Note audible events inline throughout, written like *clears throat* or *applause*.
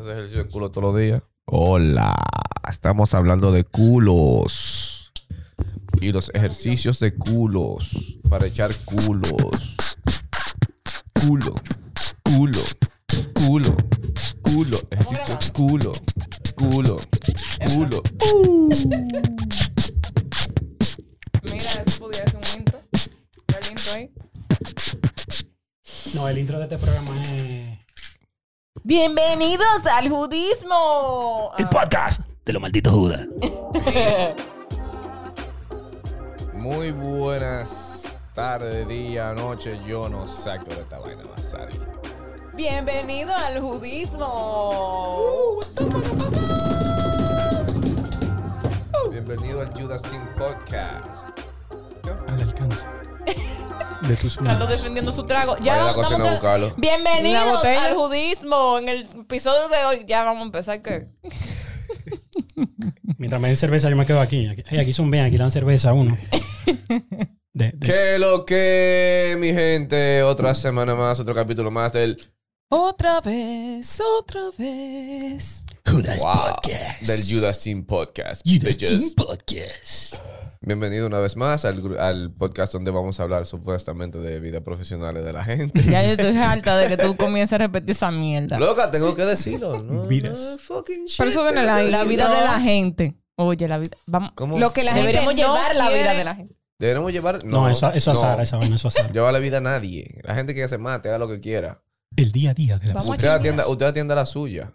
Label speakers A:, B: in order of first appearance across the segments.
A: hacer ejercicio de culo todos los días.
B: Hola, estamos hablando de culos. Y los ejercicios de culos. Para echar culos. Culo, culo, culo, culo. Ejercicio de culo, culo, culo.
C: Mira, eso podría ser un intro. El intro ahí.
D: No, el intro de este programa es.
C: Bienvenidos al judismo. Ah,
E: El podcast de los malditos Judas.
A: Muy buenas tardes, día, noche. Yo no sé qué hora esta vaina va a salir.
C: Bienvenido al
A: Uh.
C: judismo.
A: Bienvenido al Judas Sin Podcast.
D: Al alcance.
A: *laughs*
D: De tus
C: Carlos
D: manos.
C: defendiendo su trago.
A: Vaya a
C: Ya
A: la
C: vamos
A: cocina a
C: a-
A: buscarlo.
C: Bienvenidos
F: La botella.
C: al judismo. En el episodio de hoy ya vamos a empezar que
D: Mientras me den cerveza, yo me quedo aquí. Aquí, ay, aquí son bien, aquí dan cerveza a uno. De- de-
A: ¿Qué lo que, mi gente? Otra semana más, otro capítulo más del,
C: otra vez, otra vez.
E: Judas
A: Wow.
E: Podcast.
A: del Judas Sin Podcast.
E: Judas
A: bitches.
E: Team Podcast.
A: Bienvenido una vez más al, gru- al podcast donde vamos a hablar supuestamente de vida profesional de la gente.
C: *laughs* Ya yo estoy harta de que tú comiences a repetir esa mierda.
A: Loca, tengo que decirlo. No,
D: Vidas.
A: no, fucking shit.
F: Pero eso viene la-
C: La vida
F: No.
C: de la gente. Oye, la vida. Vamos.
A: ¿Cómo?
F: Lo que la gente
C: Deberíamos
F: no
C: llevar la vida
F: quiere-
C: de la gente.
A: Deberíamos llevar.
D: No, eso, eso
A: no.
D: azar, esa vaina,
A: *laughs*
D: eso azar.
A: Llevar la vida a nadie. La gente que se mate, haga lo que quiera.
D: El día a día de la
C: Vamos a
A: Usted atienda, usted atienda la suya.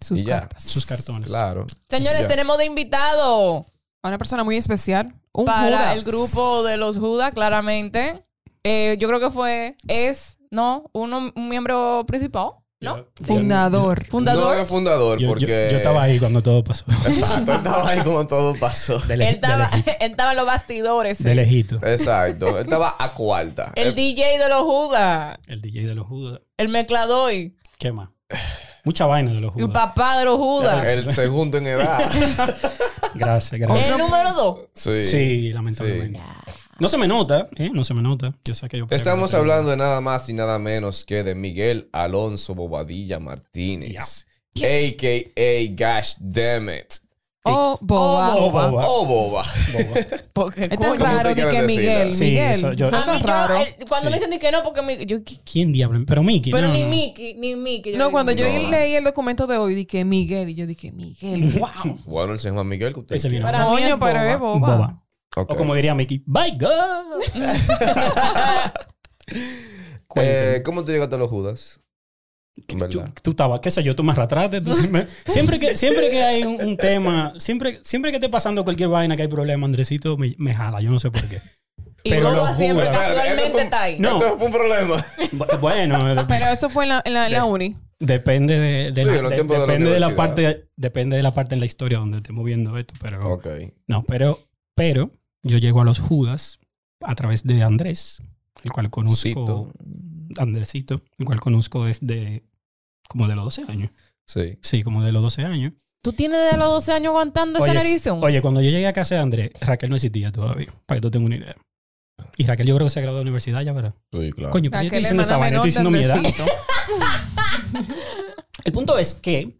F: sus
A: y ya.
F: cartas.
D: sus cartones.
A: Claro.
C: Señores,
A: Ya.
C: tenemos de invitado
F: A una persona muy especial. Un
C: para
F: Judas.
C: el grupo de los Judas, claramente. Eh, yo creo que fue, es, no, uno, un miembro principal, ¿no?
D: Yo-
F: fundador.
C: Fundador.
A: No es fundador,
D: Yo, yo-
A: porque.
D: yo estaba ahí cuando todo pasó.
A: Exacto, *laughs* él estaba ahí como todo pasó.
D: De,
C: él,
D: leji- de
C: estaba,
D: leji-
C: *laughs* él estaba en los bastidores.
D: de lejito.
A: Exacto. Él estaba a cuarta.
D: Eh.
C: El DJ de los Judas.
D: El DJ de los Judas.
C: El mezclador.
D: ¿Qué más? Mucha vaina de los
C: El
D: Judas.
C: papá de los Judas.
A: El segundo en edad.
D: Gracias,
C: El,
D: gracias.
C: número dos.
A: Sí.
D: Sí, lamentablemente. No se me nota, ¿eh? No se me nota. Yo sé que yo
A: Estamos hablando de nada más y nada menos que de Miguel Alonso Bobadilla Martínez. AKA Gosh Damn It.
F: Oh, boba.
D: Oh, boba.
A: Oh, Boba.
D: Boba.
C: Porque
F: Es
C: coño.
F: tan
A: ¿Cómo
F: raro
A: te
F: de
A: quieres
F: que
A: decir?
F: Miguel.
D: Sí,
F: Miguel.
D: eso yo-
F: eso
C: A
F: está
C: mí yo-
F: raro.
C: el- cuando
D: Sí.
C: me dicen ni que no, porque mi- yo, ¿qué-
D: ¿Quién diablo? Pero Mickey.
C: pero
D: no,
C: ni
D: no. *laughs*
C: Mickey, ni Mickey. yo
F: No,
C: digo,
F: cuando yo
A: No.
F: leí el documento de hoy, dije Miguel. Y yo dije Miguel. Wow.
A: Bueno, él se llama Miguel. que usted
D: Ese vino.
A: quiera.
C: Para mí es
F: Coño, pero
C: boba.
F: es boba.
D: Boba.
A: Ok.
D: O como diría Mickey, ¡By God! Cuéntame.
A: Eh, ¿Cómo te llegaste a los Judas? En
D: Tú,
A: ¿Verdad?
D: tú estabas, qué sé yo, tú me arrastraste. tú siempre, siempre que, siempre que hay un, un tema, siempre, siempre que esté pasando cualquier vaina que hay problema, Andresito me, me jala, yo no sé por qué.
C: Y
D: Pero
C: luego
D: los
C: siempre
D: Judas.
A: Claro,
C: casualmente
A: eso-
C: está ahí.
D: No.
A: Esto fue un problema.
D: Bu- Bueno, de-
F: Pero eso fue en la, en la, en la uni.
D: depende de, de
A: Sí,
D: la,
A: en los
D: de-
A: tiempos de la
D: depende de la
A: universidad.
D: parte, depende de la parte en la historia donde estemos viendo esto, pero
A: ok.
D: no, pero, pero yo llego a los Judas a través de Andrés, el cual conozco,
A: Cito.
D: Andresito, el cual conozco desde como de los 12 años.
A: Sí.
D: Sí, como de los 12 años.
C: ¿Tú tienes de los 12 años aguantando
D: Oye,
C: esa narizón?
D: Oye, cuando yo llegué a casa de Andrés, Raquel no existía todavía, para que tú tengas una idea. Y Raquel yo creo que se graduó de la universidad ya, ¿verdad?
A: Sí, claro.
D: Coño, pero yo estoy
F: Raquel,
D: diciendo esa
F: hermana
D: vaina,
F: menor
D: estoy
F: de
D: diciendo mi edad.
F: Andresito.
D: El punto es que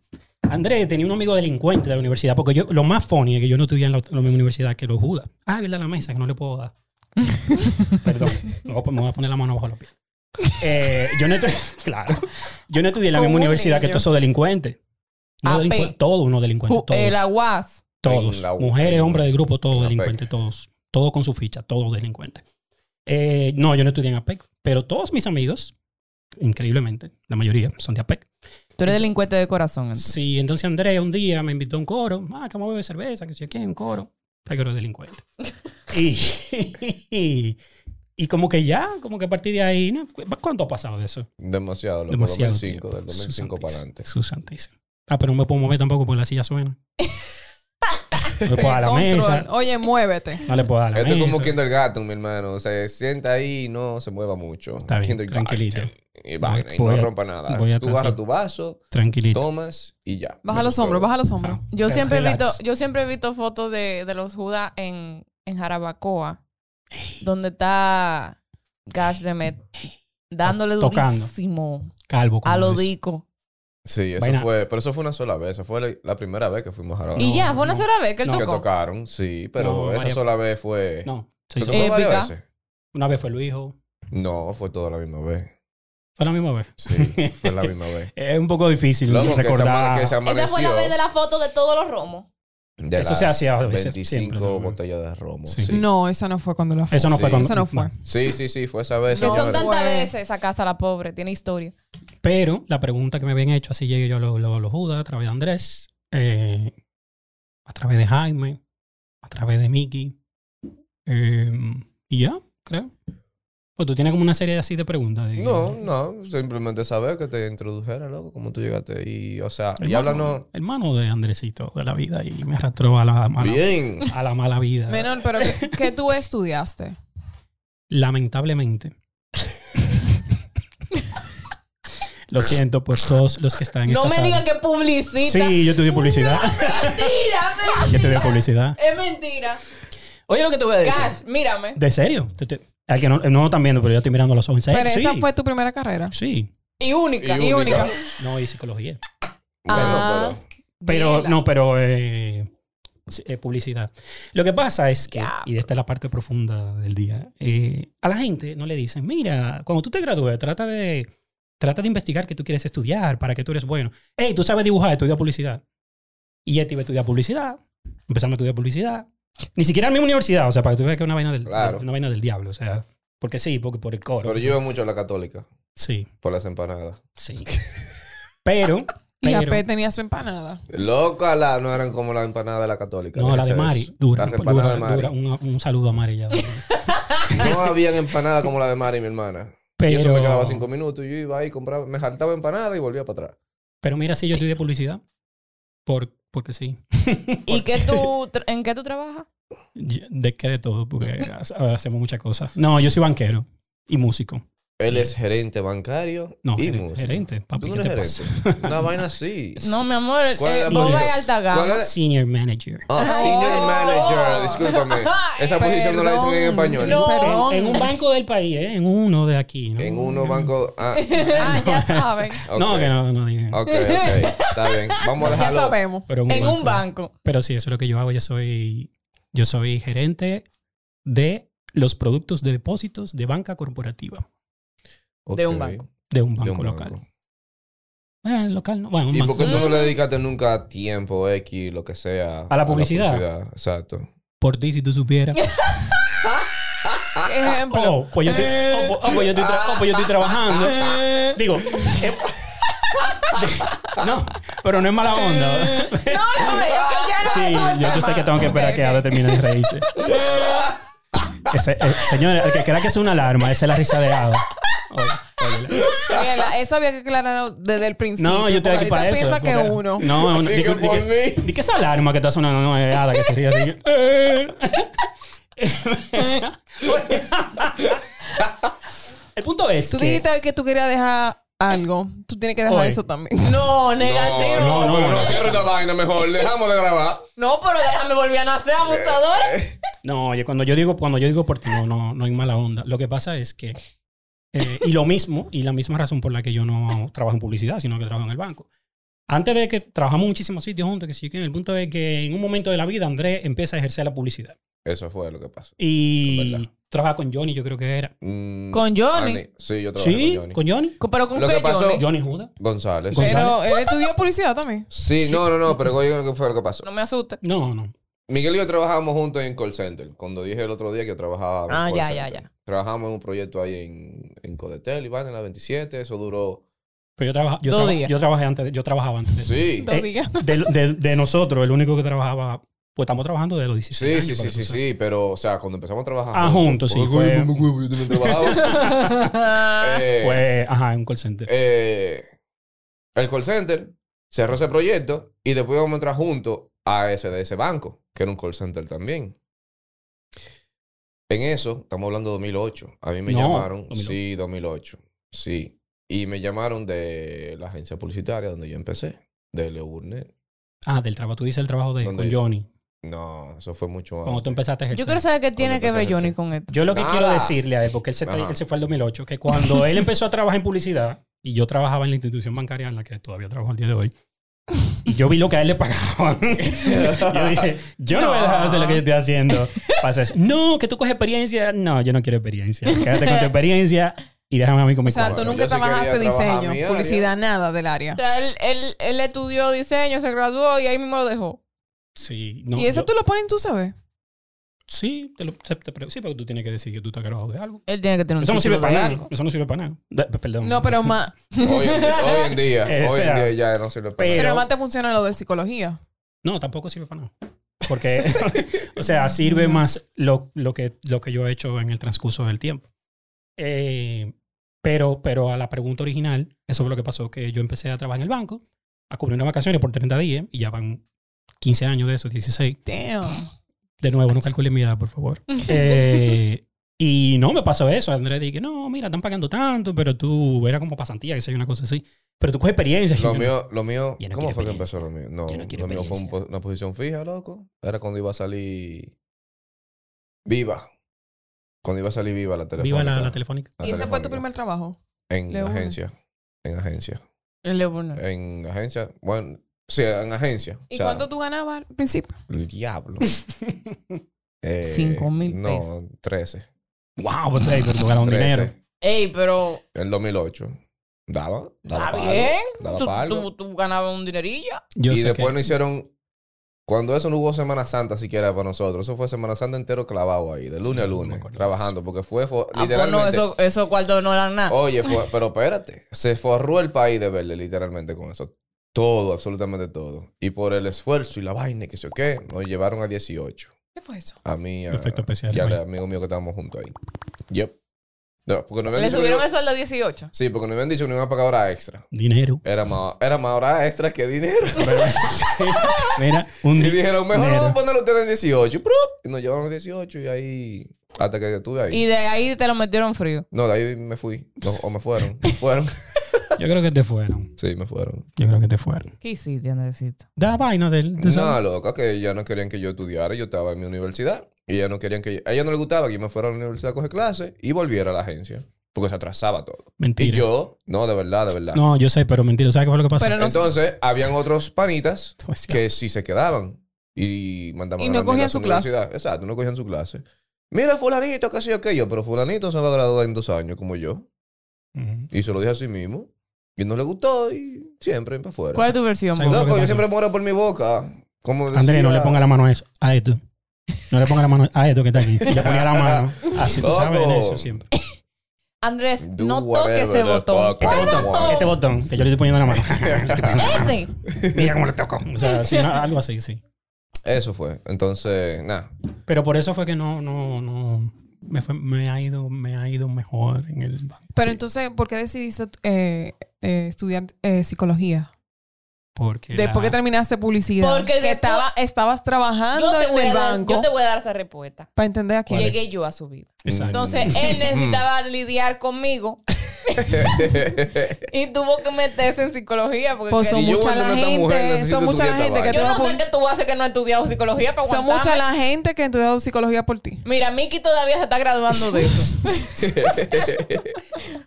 D: Andrés tenía un amigo delincuente de la universidad, porque yo lo más funny es que yo no estudié en la, en la misma universidad que los Judas. Ah, es verdad, la mesa, que no le puedo dar. Perdón, me voy a- me voy a poner la mano bajo los pies. Eh, yo no estudié, *laughs* claro, yo no estudié en la
F: Como
D: misma
F: un
D: universidad que
F: niño.
D: todos esos delincuentes. No
C: AP.
D: delincuentes, todos unos delincuentes,
C: Ju-
F: eh,
C: el
D: *laughs* todos.
C: aguas.
D: Todos.
A: En la-
D: Mujeres,
A: en-
D: hombres del grupo, todos
A: en APEC.
D: delincuentes, todos. Todos con su ficha, todos delincuentes. Eh, no, yo no estudié en APEC, pero todos mis amigos, increíblemente, la mayoría son de E APEC.
C: Tú eres delincuente de corazón. entonces.
D: Sí, entonces Andrés un día me invitó a un coro. Ah, que vamos a beber cerveza, que sé yo qué, un coro. Pero que
C: *laughs*
D: era delincuente. y, y, como que ya, como que a partir de ahí, ¿no? ¿cuánto ha pasado de eso?
A: Demasiado. Lo
D: Demasiado.
A: 2005,
D: tiempo.
A: del 2005 para
D: Su santísimo,
A: adelante.
D: Su santísimo. Ah, pero no me puedo mover tampoco porque la silla
C: *laughs*
D: suena. No le puedo dar a la
F: Control.
D: mesa.
F: Oye, muévete.
D: No le puedo dar a la
A: Esto Este es
D: mesa.
A: como Kindergarten, mi hermano. Se sienta ahí y no se mueva mucho.
D: Está bien,
A: Kindergarten.
D: tranquilito.
A: Y, vaina, y
D: Voy
A: no
D: a-
A: rompa nada.
D: voy a
A: Tú
D: atrás,
A: agarras
D: sí.
A: tu vaso,
D: Tranquilito. Ah,
A: tomas y ya.
F: Baja los hombros, baja los hombros.
C: Yo
D: Pero
C: siempre, he visto,
D: relax.
C: yo siempre he visto fotos de, de los Judas en, en Jarabacoa, donde está Gash Demet dándole
D: Tocando.
C: durísimo
D: Calvo. como
C: a lo
D: es.
C: dico.
A: Sí, eso
D: Vaina.
A: fue. Pero eso fue una sola vez. Esa fue la, la primera vez que fuimos a Jarabacoa.
C: y ya, fue una sola vez que él
A: Que
C: tocó.
A: tocaron, sí, pero
D: No,
A: esa
D: varias-
A: sola vez fue.
D: No, sí,
A: ¿Se
D: sí.
A: tocó varias
C: Épica.
A: veces?
D: Una vez fue Luijo.
A: No, fue toda la misma vez.
D: Fue la misma vez.
A: Sí,
D: *laughs*
A: fue la misma vez.
D: Es un poco difícil
A: Loco, que se, amane-
D: recordar.
A: que se amaneció.
C: Esa fue la vez de la foto de todos los romos.
A: de
D: Eso se
A: las
D: hacía a veces,
A: 25
D: siempre, ¿no?
A: botellas de romo.
D: Sí.
A: Sí.
F: No, esa no fue cuando la fue.
D: Eso no
A: Sí.
D: fue cuando.
F: Eso no fue.
A: sí, sí, sí, fue esa vez.
C: Que
A: esa
C: son
A: vez.
C: tantas
F: Fue-
C: veces esa casa, la pobre, tiene historia.
D: Pero la pregunta que me habían hecho, así llegué yo a los lo, los Judas, a través de Andrés, eh, a través de Jaime, a través de Mickey. eh, y ya, creo. Pues tú tienes como una serie así de preguntas. de-
A: No, no, simplemente saber que te introdujera, loco, cómo tú llegaste. Y, o sea, y
D: Hermano,
A: háblanos
D: Hermano de Andresito, de la vida, y me arrastró a la mala,
A: bien.
D: a la mala vida.
F: Menor, pero ¿qué, qué
D: *laughs*
F: tú estudiaste?
D: Eh, Lamentablemente. Lo siento por todos los que están en
C: No
D: esta
C: me digan
D: sala.
C: que publicita.
D: Sí, yo te di publicidad.
C: Mentira, me-
D: *laughs* Yo te di publicidad.
C: es mentira.
D: Oye, lo que te voy a decir.
C: Cash, mírame.
D: ¿De serio? Te- te- al que no, no lo están viendo, pero yo estoy mirando los ojos. ¿En serio?
F: Pero
D: sí.
F: esa fue tu primera carrera.
D: Sí.
C: Y única.
A: Y única.
D: No, y psicología.
A: Bueno,
C: Ah.
A: pero-
D: Pero,
C: Vela.
D: no, pero eh, sí, eh, publicidad. Lo que pasa es que, y esta es la parte profunda del día, eh, a la gente no le dicen, mira, cuando tú te gradúes, trata de, trata de investigar qué tú quieres estudiar, para que tú eres bueno. Hey, tú sabes dibujar, estudia publicidad. Y ya te iba a estudiar publicidad. Empezamos a estudiar publicidad. Ni siquiera en la misma universidad, o sea, para que tú veas que es una vaina del,
A: Claro.
D: una vaina del diablo, o sea. Porque sí, porque por el coro.
A: Pero yo iba mucho a la católica
D: Sí,
A: por las empanadas. *laughs*
D: sí. Pero,
F: Y
D: pero-
F: AP tenía su empanada.
A: Loca, la, no eran como las empanadas de la católica.
D: No, la de
A: Esas-
D: Mari. Dura,
A: Las empanadas
D: dura,
A: de
D: dura.
A: Mari.
D: Un, un saludo
A: *laughs*
D: a Mari ya.
A: No habían empanadas como la de Mari, mi hermana. Y eso
D: Pero,
A: me quedaba cinco minutos. Yo iba ahí, compraba, me saltaba empanada y volvía para atrás.
D: pero mira, sí, yo estudié publicidad. Por, porque sí.
C: ¿Y qué tú, tra- en qué tú trabajas?
D: Yo- De que de todo,
A: *laughs*
D: porque ha- hacemos muchas cosas. No, yo soy banquero y músico.
A: Él es gerente bancario
D: No,
A: y
D: gerente,
A: músico.
D: gerente,
A: Tú
D: papi,
A: no
D: ¿qué
A: eres
D: te pasa?
A: gerente. Una vaina así.
C: No, mi amor,
A: ¿Cuál
C: eh,
A: era-
C: vos vais alta
A: ¿Cuál
C: gama.
A: era?
D: Senior manager.
A: Ah, senior manager,
C: *laughs*
A: discúlpame. Esa posición no la dicen en español.
C: No.
F: Perdón.
D: En un banco del país, ¿eh? En uno de aquí. ¿no?
A: En uno banco. Ah,
F: Ah,
A: *laughs*
F: ya saben.
A: ok.
D: No, que no, no dije.
A: Ok, ok. Está bien. Vamos a
F: ya
A: dejarlo.
F: sabemos.
D: Pero
C: En un banco.
D: Pero sí, eso es lo que yo hago. Yo soy, yo soy gerente de los productos de depósitos de banca corporativa
C: De un
A: Ok,
C: banco.
D: de un
A: de
D: banco
A: un
D: local. Eh, local no. Bueno, un
A: ¿Y
D: banco.
A: por qué tú no le dedicaste nunca tiempo, X, lo que sea?
D: la publicidad?
A: Exacto.
D: Por ti, si
C: *laughs*
D: tú supieras.
A: Ah.
F: ¿Qué ejemplo?
D: Oh, pues yo estoy, oh, pues- oh, pues yo estoy tra- oh, pues yo estoy trabajando. Digo. eh, *laughs* no, pero no es
C: *laughs*
D: mala onda.
C: No, no, no, yo que ya no
D: Oh. Sí,
C: recuerdo
D: yo tú sé
C: más.
D: que tengo que esperar
C: Ok,
D: que Ada termine de
C: *laughs*
D: reírse. Ese, eh, señores, el que crea que es una alarma, esa es la risa de Ada. Oye, óyela.
F: Miguela, eso había que aclararlo desde el principio.
D: No, yo estoy
F: porque
D: aquí para
F: ahorita
D: eso.
F: piensa que
D: porque-
F: uno.
A: *laughs*
D: No, no,
A: Di que por mí.
D: di que esa alarma que está sonando no es Ada que se ríe así. *laughs* El punto es
F: Tú
D: que...
F: dijiste hoy que tú querías dejar algo. Tú tienes que dejar
D: Hoy.
F: eso también. No,
A: No,
C: Negativo.
A: no,
D: no,
A: pero
D: no,
A: no
D: no.
A: cierro esta vaina mejor. Dejamos de grabar.
C: No, pero déjame volver a nacer, abusador.
D: No, oye, cuando yo digo, cuando yo digo por ti, no, no, no hay mala onda. Lo que pasa es que, eh, y lo mismo, y la misma razón por la que yo no trabajo en publicidad, sino que trabajo en el banco. Antes de que trabajamos en muchísimos sitios juntos, que sí, que el punto es que en un momento de la vida Andrés empieza a ejercer la publicidad.
A: Eso fue lo que pasó. Es
D: Y
A: verdad.
D: trabaja con Johnny, yo creo que era.
A: Mm,
C: Con Johnny.
A: Ani- Sí, yo trabajé
D: Sí,
A: con Johnny.
D: con Johnny.
C: Pero con
A: Lo
C: qué
A: que pasó-
C: Johnny?
D: Johnny Judas.
A: González.
D: González.
F: Pero él estudió publicidad también.
A: Sí, no, no, no, pero oye lo que fue lo que pasó.
C: No me asustes.
D: No, no.
A: Miguel y yo trabajábamos juntos en call center. Cuando dije el otro día que yo trabajaba en
C: Ah,
A: call
C: ya,
A: center.
C: ya, ya.
A: Trabajamos en un proyecto ahí en, en Codetel, Iván, en la 27. Eso duró...
D: Pero yo, trabaja- yo,
C: Dos
D: traba-
C: días.
D: yo trabajé antes, de- yo trabajaba antes de
A: Sí.
F: Dos días.
D: de, de- de nosotros, el único que trabajaba, pues estamos trabajando de los 16
A: Sí,
D: años,
A: sí,
D: para
A: sí,
D: que
A: sí,
D: tú sepas.
A: sí, pero, o sea, cuando empezamos a trabajar...
D: Ah, juntos, sí,
A: porque,
D: fue-
A: "Ay, mamá, huevo, yo también trabajaba".
D: *laughs*
A: Eh,
D: Fue, Pues, ajá, en un call center.
A: eh, el call center cerró ese proyecto y después vamos a entrar juntos a ese de ese banco, que era un call center también. En eso, estamos hablando de 2008. A mí me
D: No,
A: llamaron,
D: 2008.
A: sí, 2008. Sí. Y me llamaron de la agencia publicitaria donde yo empecé, de Leo Burnett.
D: Ah, del trabajo. Tú dices el trabajo de
A: ¿Dónde
D: con
A: dice?
D: Johnny.
A: No, eso fue mucho
D: Cuando
A: antes.
D: tú empezaste a ejercer.
C: Yo quiero saber qué tiene que
A: empezó a
C: ver Johnny
A: ejercer.
C: con esto.
D: Yo lo que
A: Nada.
D: quiero decirle a él, porque él se,
A: Ajá. *laughs*
D: él se fue al 2008, que cuando él empezó a trabajar en publicidad, Y yo trabajaba en la institución bancaria en la que todavía trabajo al día de hoy. Y yo vi lo que a él le pagaban. *laughs* yo dije, yo no, voy a dejar de hacer lo que yo estoy haciendo. Pasa eso. No, que tú coges experiencia. No, yo no quiero experiencia.
A: *laughs*
D: Quédate con tu experiencia y déjame a mí con mi
F: O sea,
D: cuarto.
F: tú
A: Bueno,
F: nunca
A: yo sí
F: trabajaste
A: quería trabajar
F: diseño,
A: mi área.
F: publicidad, nada del área.
C: O sea, él, él- él estudió diseño, se graduó y ahí mismo lo dejó.
D: Sí, no,
F: y eso
D: yo-
F: tú lo pones en tu CV.
D: Sí, te lo- te- te pre- sí, pero tú tienes que decir que tú estás grabado de algo.
C: Él tiene que tener un
D: Eso no sirve
C: título
D: para
C: de
D: nada.
C: algo.
D: Eso no sirve para nada. Da- pe- Perdón.
F: No, pero
C: *laughs*
F: más,
A: Hoy, en día- hoy en
D: *laughs*
A: día,
D: Eh,
A: hoy en
D: sea,
A: día ya no se lo
D: pero-
F: pero más te funciona lo de psicología.
D: No, tampoco sirve para nada. Porque, *laughs* o sea, sirve más lo, lo, que, lo que yo he hecho en el transcurso del tiempo. Eh, pero, pero a la pregunta original, eso fue lo que pasó, que yo empecé a trabajar en el banco, a cubrir unas vacaciones por 30 días, y ya van 15 años de esos, 16.
F: Damn.
D: De nuevo, no calculen mi edad, por favor. Eh, y no me pasó eso. Andrés dije, no, mira, están pagando tanto, pero tú era como pasantía, que soy una cosa así. Pero tú coges *laughs* experiencia.
A: Lo
D: Jimena.
A: mío, lo mío,
E: Yo no
A: ¿cómo
E: quiero
A: fue que
E: experiencia.
A: empezó lo mío? No,
E: Yo no quiero
A: lo mío fue un
E: experiencia.
A: po- una posición fija, loco. Era cuando iba a salir viva. Cuando iba a salir viva la telefónica.
D: Viva la, la telefónica.
C: Ah,
A: la
F: ¿Y ese fue tu
A: telefónica.
F: primer trabajo?
A: En
F: León.
A: agencia. En agencia.
C: Él le pone.
A: En agencia. Bueno, sí, en agencia.
F: ¿Y
A: O sea,
F: cuánto tú ganabas al principio?
A: El diablo.
F: *laughs*
A: Eh,
C: Cinco mil pesos.
A: No, 13.
D: Wow, pues, hey, pero tú ganas un
A: 13.
D: dinero.
C: Ey, pero
A: El 2008. Daba. Daba
C: está
A: pa' algo,
C: bien.
A: daba
C: Tú,
A: pa' algo.
C: tú- tú ganabas un dinerillo.
D: Yo
A: y
D: sé
A: después
D: que-
A: no hicieron. Cuando eso no hubo Semana Santa siquiera para nosotros. Eso fue Semana Santa entero clavado ahí, de lunes a
D: no me
A: lunes,
D: acuerdo de
A: trabajando, porque fue. fue-
C: Ah, pues no,
A: literalmente. Oh,
C: eso- esos cuartos no eran nada.
A: Oye, fue- pero espérate. Se forró el país de verle, literalmente, con eso. Todo, absolutamente todo. Y por el esfuerzo y la vaina, y que sé yo qué, nos llevaron a 18.
F: ¿Qué fue eso?
A: A mí, a,
D: Efecto especial,
A: Y al
D: imagínate.
A: amigo mío que estábamos juntos ahí. Yep. No, porque no habían
C: Le
A: dicho que no-
C: subieron el sueldo a 18.
A: Sí, porque nos habían dicho que no iban a pagar hora extra. *laughs*
D: Dinero.
A: Era más, era más hora extra que dinero.
D: Mira, un
A: Y
D: día.
A: dijeron, mejor
D: Dinero.
A: vamos a ponerlo ustedes en 18. ¡prup! Y nos llevaron a 18 y ahí. Hasta que estuve ahí.
C: Y de ahí te lo metieron frío.
A: No, de ahí me fui. No, o me fueron.
F: *laughs*
A: Me fueron.
D: Yo creo que te fueron.
A: Sí, me fueron.
D: Yo creo que te fueron.
C: ¿Qué hiciste, Andresito?
D: Da vaina del. tú sabes.
A: No, loca, que ya no querían que yo estudiara. Yo estaba en mi universidad. Y ya no querían que. A ella no le gustaba que yo me fuera a la universidad a coger clases y volviera a la agencia. Porque se atrasaba todo.
D: Mentira.
A: Y yo, ah. no, de verdad, de verdad.
D: No, yo sé, pero mentira. ¿Sabes qué fue lo que pasó?
F: Pero no
A: Entonces, habían otros panitas
D: Tú decías,
A: que sí se quedaban y mandaban
F: Y
A: a
F: no
A: la
F: cogían
A: mierda
F: su
A: universidad. Exacto, no cogían su clase. Mira, fulanito, que sí, aquello, pero fulanito se va a graduar en dos años, como yo.
D: "Ujú".
A: Y se lo dije a sí mismo. Y no le gustó y siempre para afuera.
C: ¿Cuál es tu versión?
D: Sí,
C: bro?
A: Loco,
D: ¿Qué
A: yo
D: pasó?
A: siempre muero por mi boca. Como decía,
D: Andrés, no le ponga la mano a eso. A esto. No le ponga la mano a esto que está aquí. Y le ponía la mano. Así tú sabes de eso siempre.
C: Andrés,
A: Do
C: no
A: whatever
C: toques ese
A: the
C: botón.
A: fuck
C: ¿Cuál
A: I
C: botón?
A: want.
D: Este botón, que yo le estoy poniendo la mano. Le estoy poniendo la mano.
C: Este.
D: Mira cómo le toco. O sea,
F: *laughs*
D: sí, no, algo así, sí.
A: Eso fue. Entonces,
C: *laughs*
A: nada. *laughs*
D: Pero por eso fue que no, no, no. Me, fue- me ha ido, me ha ido mejor en el banco.
F: Pero entonces, ¿por qué decidiste eh, eh, estudiar eh, psicología?
D: Porque la-
F: Después que terminaste publicidad.
C: Porque
F: que
C: después-
F: estaba, estabas trabajando
C: Yo te,
F: en
C: voy
F: el
C: a dar,
F: banco.
C: yo te voy a dar esa respuesta.
F: Para entender aquí.
D: ¿Cuál es?
C: Llegué yo a su vida.
D: Exacto.
C: Entonces,
A: *laughs*
C: él necesitaba lidiar conmigo y tuvo que meterse en psicología. Porque
F: Pues son
A: Y yo
F: mucha
A: cuando
F: la
A: no está mujer,
F: gente,
A: necesito
F: son
A: tu
F: mucha la
A: dieta
F: gente que
A: vaga.
C: yo
F: estudia
C: no sé
F: pul-
C: qué tú haces que no has estudiado psicología para
F: son
C: aguantarme.
F: mucha la gente que estudia psicología por ti.
C: Mira, Miki todavía se está graduando
F: *laughs*
C: de eso.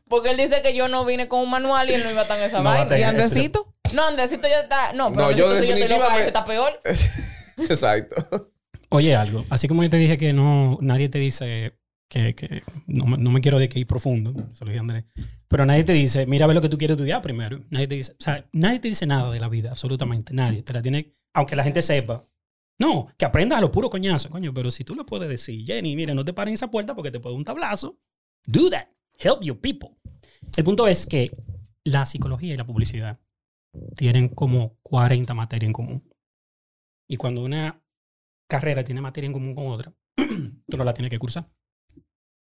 C: Porque él dice que yo no vine con un manual y él no iba tan esa
D: No,
C: vaina.
D: bate-
F: ¿Y
D: Eh,
F: Andresito?
C: No, Andresito ya está. No, pero
A: No, yo
C: Andresito, si yo estoy loca,
A: definitivamente-
C: ese está
A: *laughs*
C: peor.
A: Exacto.
D: Oye, algo. Así como yo te dije que no, nadie te dice que, que no, me- no me quiero de que ir profundo, se lo dije a Andrés. Pero nadie te dice, mira, ve lo que tú quieres estudiar primero. Nadie te dice, o sea, nadie te dice nada de la vida, absolutamente nadie. Te la tiene, aunque la gente sepa. No, que aprendas a lo puro coñazo, coño. Pero si tú lo puedes decir, Jenny, mira, no te paren en esa puerta porque te puede un tablazo. Do that. Help your people. El punto es que la psicología y la publicidad tienen como 40 materias en común. Y cuando una carrera tiene materia en común con otra, *clears throat* tú no la tienes que cursar.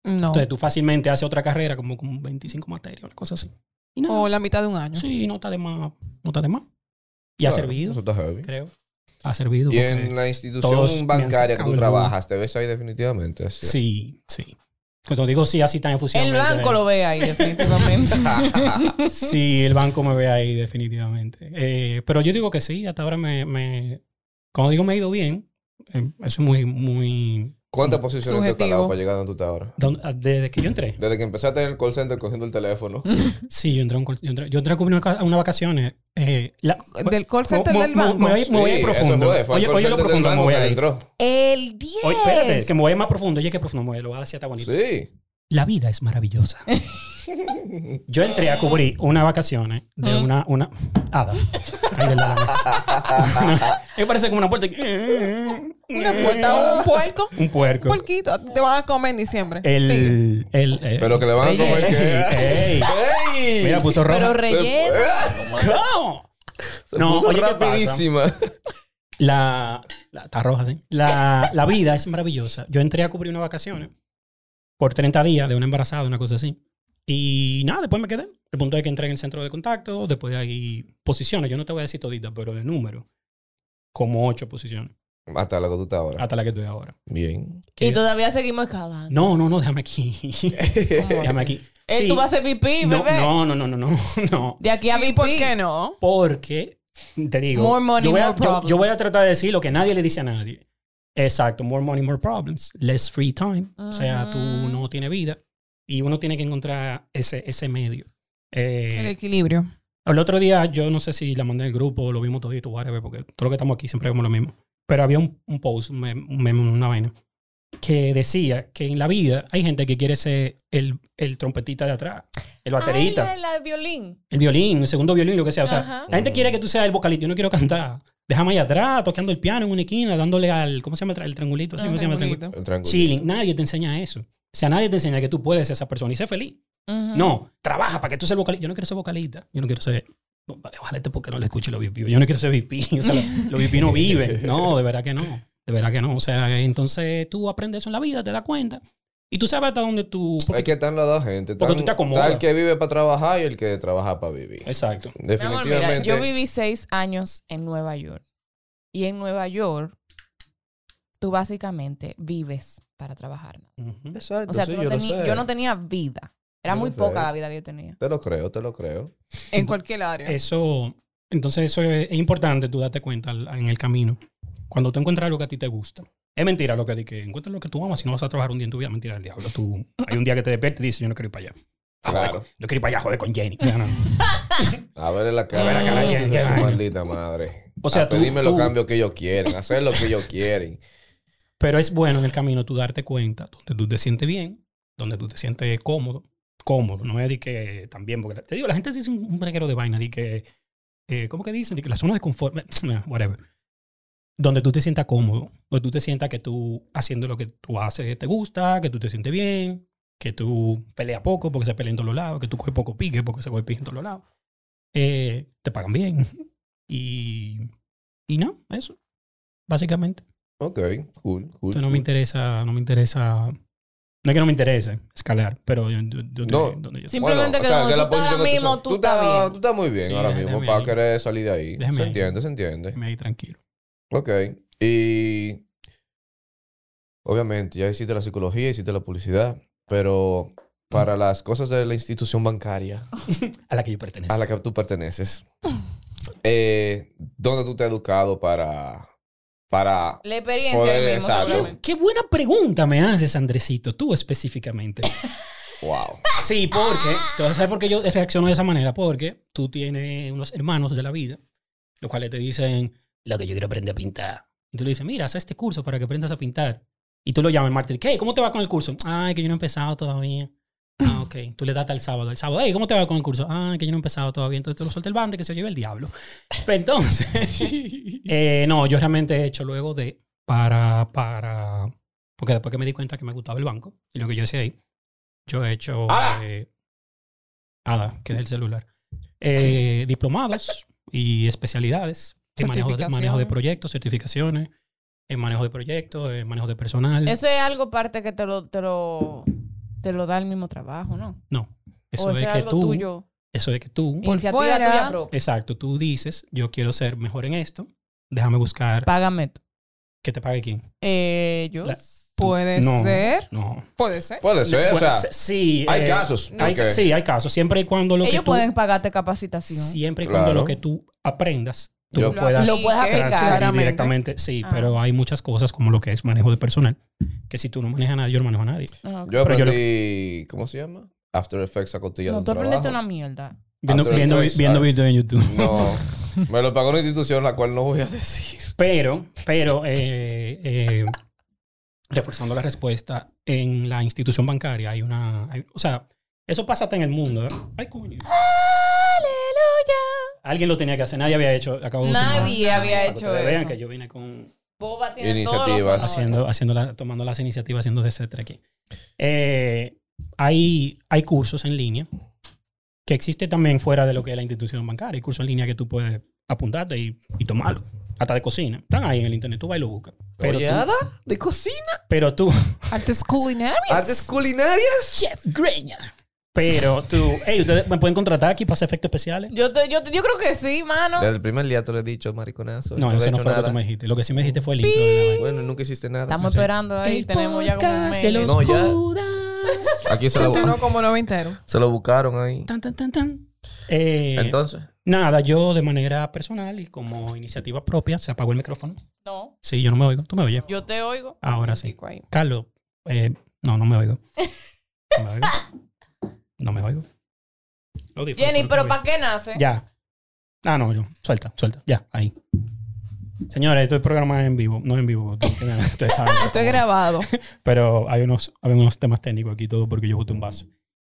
F: No.
D: Entonces tú fácilmente haces otra carrera como con 25 materias, una cosa así. Y nada.
F: O la mitad de un año.
D: Sí, no está de más. No está de más. Y ha
A: Claro,
D: servido,
A: Eso está heavy.
D: creo. Ha servido.
A: Y
D: porque-
A: en la
D: todos me
A: institución
D: han
A: bancaria que
D: sacado
A: tú
D: el
A: trabajas, te ves ahí definitivamente. así.
D: Sí, sí. Cuando digo sí, así tan
C: El
D: efusivamente.
C: blanco lo ve ahí,
D: *laughs*
C: definitivamente.
A: *laughs*
D: Sí, el banco me ve ahí, definitivamente. Eh, pero yo digo que sí, hasta ahora me. me- cuando digo me ha ido bien, eh, eso es muy, muy
A: ¿Cuántas posiciones te
F: Subjetivo.
A: calado para llegar donde tú estás ahora?
D: Don- ah, Desde que yo entré.
A: Desde que empezaste en el call center cogiendo el teléfono.
D: Sí, yo entré a un call- yo entré, yo entré a cubrir una, ca- a una vacaciones. eh, la-
F: Del call center
D: me-
F: del
D: me-
F: banco.
D: Me, voy, *laughs* me voy a ir
A: Sí,
D: profundo.
A: Eso fue, fue
D: oye,
A: el call
D: oye
A: center
D: lo
A: del
D: profundo me
A: banco
D: voy
A: que
D: a
A: le
D: ir.
A: entró.
F: El 10.
D: Oye, espérate, que me voy a ir más profundo. Oye, qué profundo me voy, lo voy a decir, está bonito.
A: Sí.
D: La vida es
A: *laughs*
D: maravillosa. Yo entré a cubrir unas vacaciones de
F: ¿Mm?
D: una, una hada. Ahí del lado de la
A: *laughs*
D: mesa. Una- me parece como una puerta.
F: Una puerta, un puerco.
D: *laughs* Un
F: Un
D: puerco.
F: puerquito. Te van a comer en diciembre. Sigue.
D: El, el, eh,
A: Pero que le van a
D: ey,
A: comer
D: ey,
A: que-
D: ey.
A: *laughs* ¡Ey!
D: Mira, puso rojo.
C: Pero relleno.
D: *laughs* ¿Cómo?
A: Se
D: No,
A: puso
D: oye, ¿qué pasa?
A: rapidísima.
D: La, la- está roja, sí. La, la vida es maravillosa. Yo entré a cubrir unas vacaciones por 30 días de una embarazada, una cosa así. Y nada, después me quedé. El punto es que entré en el centro de contacto, después de ahí posiciones. Yo no te voy a decir toditas, pero de número. Como ocho posiciones,
A: Hasta la que tú estás ahora.
D: hasta la que estoy ahora.
A: Bien.
D: ¿Qué?
C: Y todavía seguimos excavando.
D: No, no, no,
C: *laughs*
D: déjame aquí. déjame aquí.
C: Eh,
D: Sí.
C: Tú vas a ser pipí,
D: no,
C: bebé.
D: no, no, no, no, no, no.
C: De aquí a
F: ¿Y
C: pipí.
F: por qué no?
D: Porque, te digo,
C: More money,
D: yo, voy a,
C: more
D: yo-
C: problems.
D: yo voy a tratar de decir lo que nadie le dice a nadie. Exacto, more money, more problems, less free time. O sea, tú
C: Mm.
D: no tienes vida y uno tiene que encontrar ese, ese medio.
F: El
D: Eh,
F: equilibrio.
D: el otro día, yo no sé si la mandé al grupo, lo vimos todito, whatever, porque todo lo que estamos aquí siempre vemos lo mismo. Pero había un, un post, un mem- un meme, una vaina, que decía que en la vida hay gente que quiere ser el, el trompetista de atrás, el baterista.
C: Ay, la, la violín.
D: El violín, el segundo violín, lo que sea. O sea,
C: Ajá.
D: la gente quiere que tú seas el vocalista. Yo no quiero cantar. Déjame ahí atrás, tocando el piano en una esquina, dándole al. ¿Cómo se llama? el tra- El triangulito. así,
F: Ah,
D: ¿cómo se llama el
F: triangulito.
A: *laughs* Tranquilo.
D: Chilling. Nadie te enseña eso. O sea, nadie te enseña que tú puedes ser esa persona y ser feliz.
C: Ujú.
D: No, trabaja para que tú seas vocalista. Yo no quiero ser vocalista. Yo no quiero ser. Vale, ojalá este porque no le escuche los VIP. Yo no quiero ser VIP. *laughs* O sea, los los VIP no viven. No, de verdad que no. De verdad que no. O sea, entonces tú aprendes eso en la vida, te das cuenta. Y tú sabes hasta dónde tú. porque-
A: Es que están las dos gente.
D: Porque tú te acomodas.
A: Está el que vive para trabajar y el que trabaja para vivir.
D: Exacto.
C: Mi amor, mira,
A: Definitivamente.
C: yo viví seis años en Nueva York. Y en Nueva York, tú básicamente vives para trabajar.
D: Ujú.
A: Exacto,
C: O sea,
A: sí,
C: tú no
A: yo, lo
C: teni-
A: sé.
C: yo no tenía vida. Era
A: Yo
C: muy
A: lo sé.
C: poca la vida que yo tenía.
A: Te lo creo, te lo creo.
F: En cualquier área.
D: Eh, Eso, entonces eso es, es importante tú darte cuenta al- en el camino. Cuando tú encuentras lo que a ti te gusta. Es mentira lo que di que encuentras lo que tú amas, si no vas a trabajar un día en tu vida, mentira el diablo. Tú, hay un día que te despiertes y dices, yo no quiero ir para allá. Ah, joder,
A: Claro.
D: No quiero ir para allá, joder, con Jenny.
A: *laughs*
D: No, no.
A: A ver la cara.
D: A ver la cara,
A: de *laughs*
D: ¿qué-
A: su
D: qué vaina?
A: maldita madre.
D: O sea,
A: a
D: tú-
A: pedirme los
D: tú-
A: cambios pues que ellos quieren, hacer lo que ellos quieren. *laughs*
D: Pero es bueno en el camino tú darte cuenta donde tú te sientes bien, donde tú te sientes cómodo. Cómodo, no es de que también, porque te digo, la gente dice un, un reguero de vaina, de que, eh, ¿cómo que dicen? De que la zona de confort, nah, whatever. Donde tú te sientas cómodo, donde tú te sientas que tú haciendo lo que tú haces te gusta, que tú te sientes bien, que tú peleas poco porque se pelea en todos los lados, que tú coges poco pique porque se coge pique en todos los lados. Eh, te pagan bien. *laughs* Y, y no, eso, básicamente.
A: Ok, cool, cool.
D: Entonces no me
A: cool.
D: interesa, no me interesa. No es que no me interese escalar, pero yo, yo- yo-
A: No.
D: donde yo-
C: Sí. Simplemente que donde tú estás ahora
A: que
C: mismo,
A: estás-
C: tú estás bien.
A: Tú estás muy bien
D: Sí,
A: ahora
D: déjame
A: mismo
D: ahí.
A: para querer salir de ahí.
D: Déjame
A: se
D: ahí.
A: entiende, se entiende.
D: me ahí tranquilo.
A: Ok. Y obviamente ya hiciste la psicología, hiciste la publicidad, pero para las cosas de la institución bancaria
D: A la que yo pertenezco.
A: a la que tú
C: *laughs*
A: perteneces, eh, ¿dónde tú te has educado para... para
C: La experiencia
A: Joder,
C: ahí mismo,
A: exacto.
D: Qué,
C: seguramente.
D: qué buena pregunta me haces, Andresito, tú específicamente.
A: wow.
D: *laughs* Sí, porque. ¿tú ¿Sabes por qué yo reacciono de esa manera? Porque tú tienes unos hermanos de la vida, los cuales te dicen,
E: Lo que yo quiero aprender a pintar.
D: y tú le dices, mira, haz este curso para que aprendas a pintar. Y tú lo llamas el martes, ¿qué? ¿Cómo te va con el curso? Ay, que yo no he empezado todavía. Ah, ok. Tú le das hasta el sábado. El sábado, hey, ¿cómo te va con el curso? Ah, que yo no he empezado todavía. Entonces tú lo sueltas el bande que se lleve el diablo. Pero entonces, eh, no, yo realmente he hecho luego de para, para, porque después que me di cuenta que me gustaba el banco y lo que yo hacía ahí, yo he hecho...
A: Ada.
D: eh, Ada, que es el celular. Eh, diplomados y especialidades. en manejo de, manejo de
F: Certificación.
D: proyectos, certificaciones, en manejo de proyectos, en manejo de personal.
C: Eso es algo parte que te lo, te lo, te lo da el mismo trabajo, ¿no?
D: no,
C: o eso
D: eso es
C: es
D: que
C: algo
D: tú,
C: tuyo.
D: eso es que tú,
F: Por
C: iniciativa
F: fuera.
C: tuya propia.
D: exacto, tú dices, yo quiero ser mejor en esto, déjame buscar
C: Págame tú.
D: que te pague quién.
C: Eh, yo.
D: La-
F: Puede
D: No.
F: ser.
D: No.
F: Puede ser.
A: Puede ser, o sea,
D: Bueno, sí,
A: hay
D: eh,
A: casos.
D: hay-
A: ok.
D: Sí, hay casos. Siempre y cuando lo
C: Ellos
D: que tú,
C: pueden pagarte capacitación.
D: siempre y cuando
A: Claro.
D: lo que tú aprendas tú
A: Yo-
D: lo puedas
C: Lo puedes aplicar,
D: transferir
C: claramente.
D: directamente. Sí,
C: Ah.
D: pero hay muchas cosas como lo que es manejo de personal, que si tú no manejas a nadie, yo no manejo a nadie.
C: Ah, ok.
A: Yo
D: Pero yo lo-
A: aprendí, ¿cómo se llama? After Effects a costilla de
C: No,
A: un
C: tú aprendiste
A: trabajo.
C: una mierda.
D: Viendo,
A: After
D: viendo,
A: Effects,
D: viendo
A: ah.
D: videos en YouTube.
C: *laughs*
A: No, me lo pagó una institución la cual no voy a decir.
D: Pero, pero, eh, eh, reforzando la respuesta, en la institución bancaria hay una. hay- o sea, eso pasa hasta en el mundo. ¿eh? Ay, coño.
C: Aleluya.
D: Alguien lo tenía que hacer, nadie había hecho. acabo de
C: Nadie
D: último.
C: había
D: Para que
C: hecho
D: ustedes Vean
C: eso.
D: que yo vine con.
C: Boba tiene todos los
A: Iniciativas.
C: honores.
D: haciendo, haciendo la- tomando las iniciativas, haciendo etcétera aquí. Eh, hay, hay cursos en línea que existe también fuera de lo que es la institución bancaria. Hay cursos en línea que tú puedes apuntarte y, y tomarlo. Hasta de cocina. Están ahí en el internet. Tú vas y lo buscas. Pero tú,
A: ¿Ollada?
D: *laughs*
A: ¿De cocina?
D: pero tú,
F: Artes culinarias.
A: ¿Artes culinarias?
D: Chef Greña. Pero tú, hey, ustedes me pueden contratar aquí para hacer efectos especiales.
C: Yo, te- yo, te- yo creo que sí, mano.
A: Desde el primer día te lo he dicho, mariconazo.
D: No,
A: he
D: eso no
A: hecho
D: fue lo que
A: nada.
D: tú me dijiste. Lo que sí me dijiste fue el intro. De la vaina.
A: Bueno, nunca hiciste nada.
C: Estamos
D: Sí.
C: esperando ahí. Tenemos ya como un mes.
D: de los
A: No, ya.
D: Judas.
A: *laughs* Aquí se lo,
F: Funcionó como noventero.
A: se lo buscaron ahí.
D: Tan, tan, tan, tan. Eh,
A: Entonces,
D: Nada, yo de manera personal y como iniciativa propia, se apagó el micrófono.
C: No,
D: Sí, yo no me oigo. ¿Tú me oyes?
C: yo te oigo.
D: Ahora sí. Carlos, eh, no, no me oigo. No me oigo. No me oigo. Los audífonos
C: Jenny,
D: fueron
C: pero
D: muy
C: ¿para qué nace?
D: bien. Ya. Ah, no, yo. Suelta, suelta. Ya, ahí. Señores, esto es programa en vivo. No en vivo. Ustedes saben.
F: Esto es grabado.
D: Pero hay unos, hay unos temas técnicos aquí y todo porque yo boté un vaso.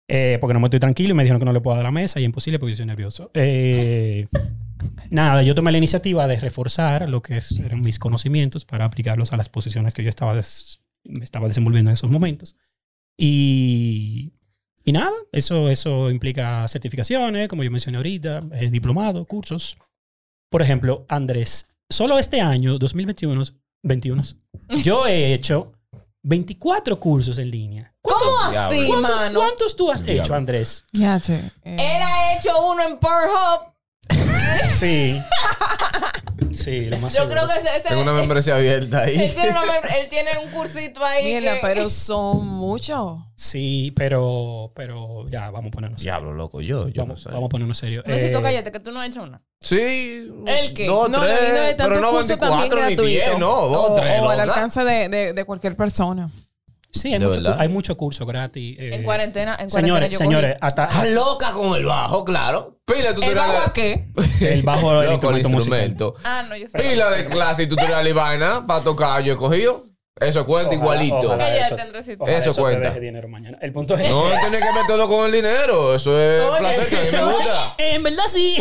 D: Eh, porque no me estoy tranquilo y me dijeron que no le puedo dar a la mesa y es imposible porque yo soy nervioso. Eh, *laughs* nada, yo tomé la iniciativa de reforzar lo que es- eran mis conocimientos para aplicarlos a las posiciones que yo estaba des- me estaba desenvolviendo en esos momentos. Y, y nada, eso, eso implica certificaciones, como yo mencioné ahorita, eh, diplomado, cursos. Por ejemplo, Andrés, solo este año, 2021, 21, yo he hecho 24 cursos en línea.
C: ¿Cómo así,
A: Diablo.
C: mano?
D: ¿Cuántos tú has
A: Diablo.
D: hecho, Andrés?
F: Ya, che. Eh,
C: Él ha hecho uno en Pornhub.
D: Sí. Sí, lo más
C: Yo
D: seguro.
C: creo que ese, ese-
A: tengo una membresía abierta
C: *laughs* él,
A: ahí. *laughs*
C: tiene una mem- él tiene un cursito ahí.
F: mierda,
C: que-
F: pero son muchos.
D: Sí, pero, pero ya, vamos a ponernos serios.
A: Diablo, loco, yo, yo no
D: Vamos,
A: sé.
D: vamos a ponernos serios.
C: Luisito,
D: Eh,
C: cállate, que tú no has hecho una.
A: Sí.
C: ¿El qué?
A: Dos,
F: No,
A: tres,
F: lo lindo de tanto
A: pero no
F: curso también
A: 24 ni
F: gratuito.
A: 10, no, dos,
C: Oh,
F: o,
A: tres.
F: o al
A: loca.
F: alcance de, de, de cualquier persona.
D: Sí, hay
A: ¿De
D: mucho,
A: verdad?
D: hay mucho curso gratis. eh.
C: En cuarentena, en cuarentena.
D: Señores,
C: yo cogí-
D: señores, hasta
A: Estás loca con el bajo, claro. Pila de
C: ¿El bajo
A: tutoriales.
C: a qué?
D: *laughs* el bajo del
A: Loco, el
D: instrumento musical.
A: instrumento.
C: Ah, no, yo sé.
A: Pila de clase y tutorial y vaina para tocar yo he cogido. Eso cuenta
D: Ojalá-
A: igualito.
D: ojalá
C: Cállate,
D: eso-
C: Andresito.
D: ojalá
A: Eso
D: te
A: cuenta.
D: deje dinero mañana. El punto es...
A: No tiene que ver todo con el dinero. Eso es
C: Oye,
A: placer que a mí me gusta.
D: *laughs* En verdad
A: *laughs*
D: sí.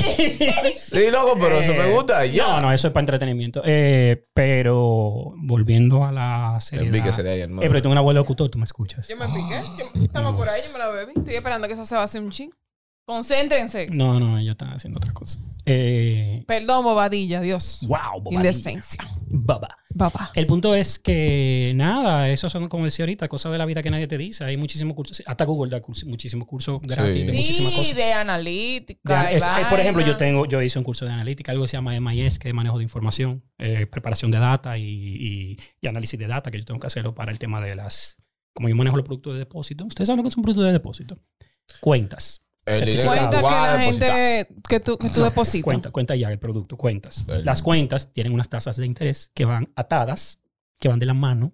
A: Sí, loco, pero eso me gusta. Ya.
D: Eh, No, no, eso es para entretenimiento. Eh, pero volviendo a la
A: El
D: seriedad.
A: pique sería ahí, hermano.
D: Eh, pero tengo un abuelo locutor, tú me escuchas.
A: Ah,
F: me piqué. estaba por ahí, yo me la bebí. Estoy esperando que esa se va a hacer un chin.
C: Concéntrense.
D: No, no, ellos están haciendo otra cosa. Eh,
F: Perdón, bobadilla, Dios.
D: wow, bobadilla.
F: Indecencia.
D: Baba.
F: Papá.
D: El punto es que nada, eso son, como decía ahorita, cosas de la vida que nadie te dice. Hay muchísimos cursos, hasta Google da curso- muchísimos cursos gratis
A: Sí.
D: de muchísimas
C: Sí,
D: cosas.
C: de
D: De
C: analítica.
D: an-
C: y
D: es- eh, por ejemplo,
C: vaina.
D: yo tengo, yo hice un curso de analítica, algo que se llama MIS, que es manejo de información, eh, preparación de data y, y- y análisis de data, que yo tengo que hacerlo para el tema de las. Como yo manejo los productos de depósito, ustedes saben lo que es un producto de depósito. Cuentas.
A: El dinero pues,
D: Cuenta
F: Cuenta que
A: guau,
F: la
A: depositar.
F: gente que tú, que tú depositas.
D: Cuenta, cuenta ya el producto, cuentas.
A: El-
D: Las cuentas tienen unas tasas de interés que van atadas, que van de la mano,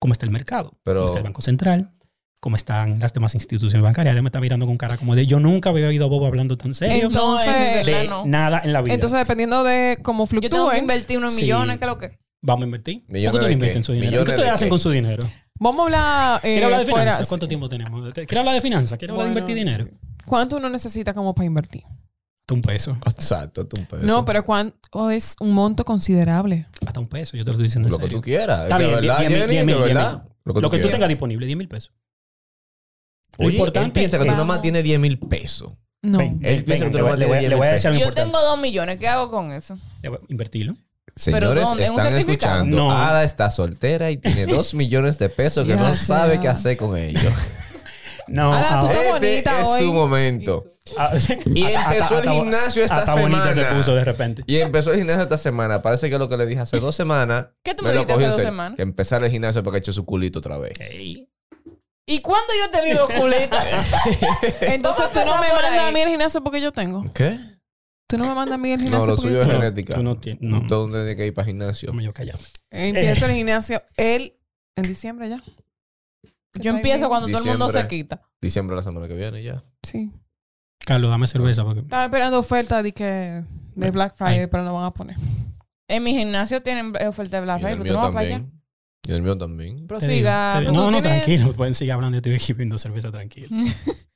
D: como está el mercado,
A: Pero-
D: como está el Banco Central, como están las demás instituciones bancarias. Ella me está mirando con cara como de yo nunca había oído a Bobo hablando tan serio
F: Entonces,
C: No, en verdad
D: de
C: ah, no.
D: nada en la vida.
F: Entonces, dependiendo de cómo
C: Yo tengo
F: fluctúen,
C: que invertir unos
D: Sí.
C: millones, ¿qué es lo que?
D: Vamos a invertir. ¿Por qué
A: ¿Millones
D: tú no
A: de
D: inviertes
A: qué?
D: en su dinero? ¿Qué
A: ¿Millones
D: ustedes
A: de
D: hacen
A: qué?
D: con su dinero?
F: vamos a hablar. eh,
D: ¿Quiere hablar de
F: fuera-
D: finanzas? ¿Cuánto tiempo tenemos? ¿Quiere hablar de finanzas? ¿Quiere hablar de
F: Bueno.
D: invertir dinero?
F: ¿Cuánto uno necesita como para invertir?
D: Hasta un peso.
A: Exacto, tú un peso.
F: No, pero ¿cuánto es un monto considerable?
D: Hasta un peso, yo te lo estoy diciendo en
A: Lo que tú
D: serio.
A: quieras.
D: Está
A: de
D: bien,
A: verdad,
D: 10 mil,
A: Jenny,
D: 10 mil,
A: de
D: 10
A: verdad.
D: Lo que tú
A: quieras.
D: tengas disponible, 10 mil pesos. Lo
A: Oye,
D: importante
A: él piensa que tú
D: es-
A: nada más tienes 10 mil pesos.
F: No.
D: Ven,
A: Él
D: ven,
A: piensa que tú le
D: le voy-
A: vas a
D: le voy-
A: tener
D: le voy a decir algo
C: Yo
D: importante.
C: tengo dos millones, ¿qué hago con eso?
D: Le voy a Invertirlo.
A: Señores,
C: ¿dónde? ¿En un
A: están
C: certificado?
A: escuchando.
D: No.
A: Ada está soltera y tiene
D: *laughs*
A: 2 millones de pesos que
F: Ya,
A: no
F: sí,
A: sabe
F: ya.
A: qué hacer con ellos.
D: No,
F: Ahora tú
D: ahora-
F: te-
A: este
F: bonita
A: es su
F: hoy.
A: momento.
D: Ah,
A: Y
D: hasta-
A: empezó el
D: hasta-
A: gimnasio esta
D: hasta bonita se
A: semana.
D: puso de repente.
A: Y empezó el gimnasio esta semana. Parece que lo que le dije hace dos semanas.
C: ¿Qué tú
A: lo
C: me dijiste
A: cogió
C: hace
A: en
C: dos
A: serio.
C: semanas?
A: Que empezar el gimnasio para que eche su culito otra vez.
C: ¿Y cuándo yo he
D: *laughs*
C: tenido culeta?
F: *laughs*
C: Vamos
F: Entonces
C: a
F: tú no
C: empezar
F: me
C: por
F: mandas
C: ahí.
F: a mí el gimnasio porque yo tengo.
A: ¿Qué?
F: Tú no me mandas a mí el gimnasio.
A: No, lo
F: porque-
A: suyo es
D: No,
A: genética.
D: tú no tienes- no.
A: Entonces tiene que ir para gimnasio.
D: Déjame yo callarme.
F: Eh, Empiezo
A: *laughs*
F: el gimnasio él en diciembre ya.
C: Yo empiezo cuando todo el mundo se
A: Diciembre.
C: quita.
A: Diciembre de la semana que viene ya.
F: Sí.
D: Carlos, dame cerveza. Porque...
F: Estaba esperando oferta de, que, de Black Friday, pero no van a poner.
C: En mi gimnasio tienen eh, oferta de Black
A: Y en
C: Friday,
A: el
C: pero tú no
A: mío
C: vas para allá.
A: también. Y en el mío también.
D: Te digo,
C: Prosiga.
D: te
C: pero tú
D: digo. No, no,
C: tienes-
D: tranquilo. Pueden seguir hablando. Yo estoy aquí bebiendo cerveza
C: *laughs*
D: tranquilo.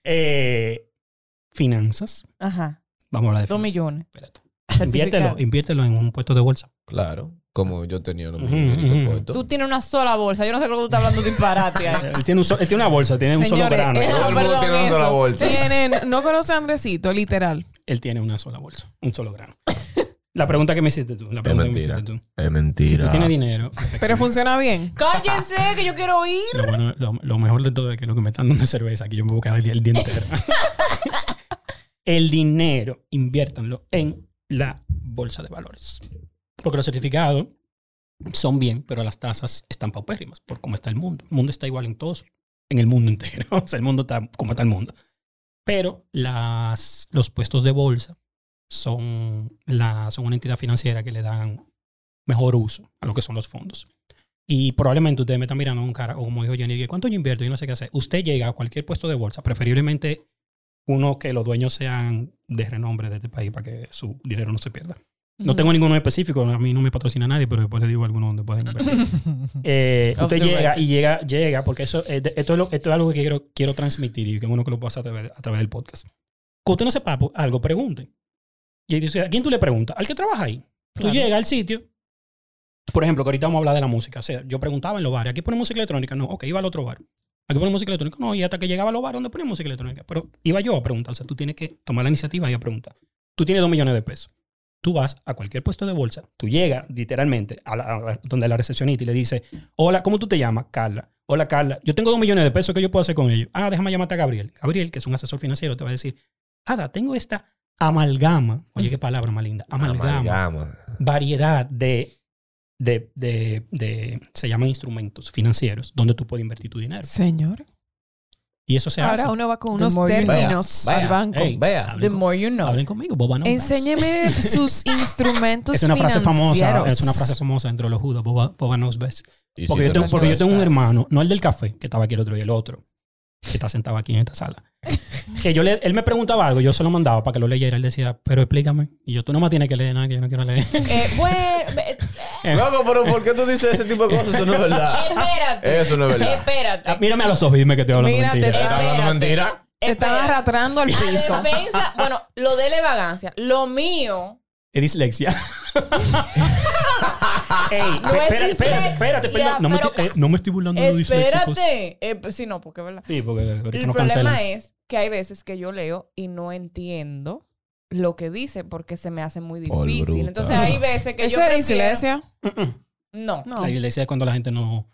D: Eh, finanzas.
C: Ajá.
D: Vamos a hablar de
C: Dos
D: finanzas.
C: millones.
D: Espérate.
C: Certificado.
D: Inviértelo, inviértelo en un puesto de bolsa.
A: Claro. Como yo tenía los
D: Ujú,
A: dineritos
D: ujú.
A: puestos.
C: Tú tienes una sola bolsa. Yo no sé cómo tú estás hablando disparate ahí.
D: Él tiene, un so- él tiene una bolsa, tiene un solo
C: Señores,
D: grano.
C: eh,
A: Todo el mundo
C: perdón,
A: tiene una
C: eso.
A: sola bolsa.
F: Tienen, no conoce a Andresito, literal.
D: Él tiene una sola bolsa, un solo grano. La pregunta que me hiciste tú, la pregunta que me
B: mentira.
D: hiciste tú.
B: Es mentira.
D: Si tú tienes dinero,
F: Pero funciona bien.
C: Cállense, que yo quiero ir.
D: lo, bueno- lo- lo mejor de todo es que lo que me están dando es cerveza, que yo me voy a quedar el día, el día
F: *laughs*
D: entero. el dinero, inviértanlo en la bolsa de valores. Porque los certificados son bien, pero las tasas están paupérrimas por cómo está el mundo. El mundo está igual en todos, en el mundo entero. *laughs* O sea, el mundo está como está el mundo. Pero las, los puestos de bolsa son, la, son una entidad financiera que le dan mejor uso a lo que son los fondos. Y probablemente usted me está mirando un cara, o como dijo Johnny, que ¿cuánto yo invierto? Yo no sé qué hacer. Usted llega a cualquier puesto de bolsa, preferiblemente uno que los dueños sean de renombre de este país para que su dinero no se pierda. *laughs* No tengo ninguno específico, a mí no me patrocina nadie, pero después le digo alguno donde pueden
C: *laughs*
D: invertir. Eh,
C: Off
D: usted
C: the
D: llega
C: record.
D: y llega, llega, porque eso, es de- esto, es lo- esto es algo que quiero, quiero transmitir y que bueno que lo puedo hacer a través, a través del podcast. Que usted no sepa po- algo, pregunte. Y dice, ¿a quién tú le preguntas? Al que trabaja ahí. Tú
C: Claro.
D: llegas al sitio. Por ejemplo, que ahorita vamos a hablar de la música. O sea, yo preguntaba en los bares, ¿aquí pone música electrónica? No, ok, iba al otro bar. ¿Aquí pone música electrónica? No, y hasta que llegaba a los bares, ¿dónde pone música electrónica? Pero iba yo a preguntar. O sea, tú tienes que tomar la iniciativa y a preguntar. Tú tienes dos millones de pesos. Tú vas a cualquier puesto de bolsa, tú llegas literalmente a la- a la- donde la recepcionista y le dice, hola, ¿cómo tú te llamas? Carla. Hola, Carla. Yo tengo dos millones de pesos que yo puedo hacer con ellos. Ah, déjame llamarte a Gabriel. Gabriel, que es un asesor financiero, te va a decir, Ada, tengo esta amalgama. Oye, qué palabra más linda. amalgama
B: Amalgama.
D: variedad de, de, de- de- se llaman instrumentos financieros donde tú puedes invertir tu dinero.
F: Señor.
D: Y eso se hace.
F: Ahora uno va con unos
C: more you know.
F: términos al banco.
D: Ey,
B: Vea.
D: hablen,
C: The
D: con-
C: more you know.
D: hablen conmigo, Boba no vas.
A: *laughs*
F: Enséñeme sus instrumentos
D: Es una frase famosa,
F: financieros.
D: es una frase famosa entre los judas, Boba, Boba knows best.
B: Y
D: Porque,
B: si te
D: yo tengo,
B: la
D: porque yo
B: sabes,
D: tengo un
F: estás.
D: hermano, no el del café, que estaba aquí el otro día, el otro, que está sentado aquí en
C: *laughs*
D: esta sala. Que yo le, él me preguntaba algo, yo se lo mandaba para que lo leyera. Él decía, pero explícame. Y yo, tú no me tienes que leer nada que yo no
C: *laughs*
D: quiero leer.
C: Eh, bueno, eh,
A: Loco, pero ¿por qué tú dices ese tipo de cosas? Eso no es
C: *laughs*
A: verdad.
D: Eh,
C: espérate.
A: Eso no es verdad.
C: Espérate.
D: Ah, Mírame a los ojos y dime que estoy hablando
F: Mírate,
D: mentira.
A: ¿Estás hablando
C: Espérate.
A: mentira?
F: Te están
C: Espérate.
F: arrastrando al
C: A
F: piso.
C: defensa, bueno, lo de la vagancia, lo mío *laughs*
D: Es dislexia. Ey,
C: No
D: pe-
C: es
D: espérate, espérate,
C: dislexia,
D: espérate, perdón. No me,
C: pero
D: estoy- eh, no me estoy burlando de los disléxicos.
C: Espérate. Eh, pues, sí, no, porque verdad.
D: Sí, porque ahorita
C: El
D: nos
C: problema
D: cancelan.
C: es que hay veces que yo leo y no entiendo lo que dice porque se me hace muy
B: Por
C: difícil.
B: bruta.
C: Entonces hay veces que yo
F: ¿Eso es
C: prefiero-
F: dislexia?
C: No.
F: No.
D: La dislexia es cuando la gente no,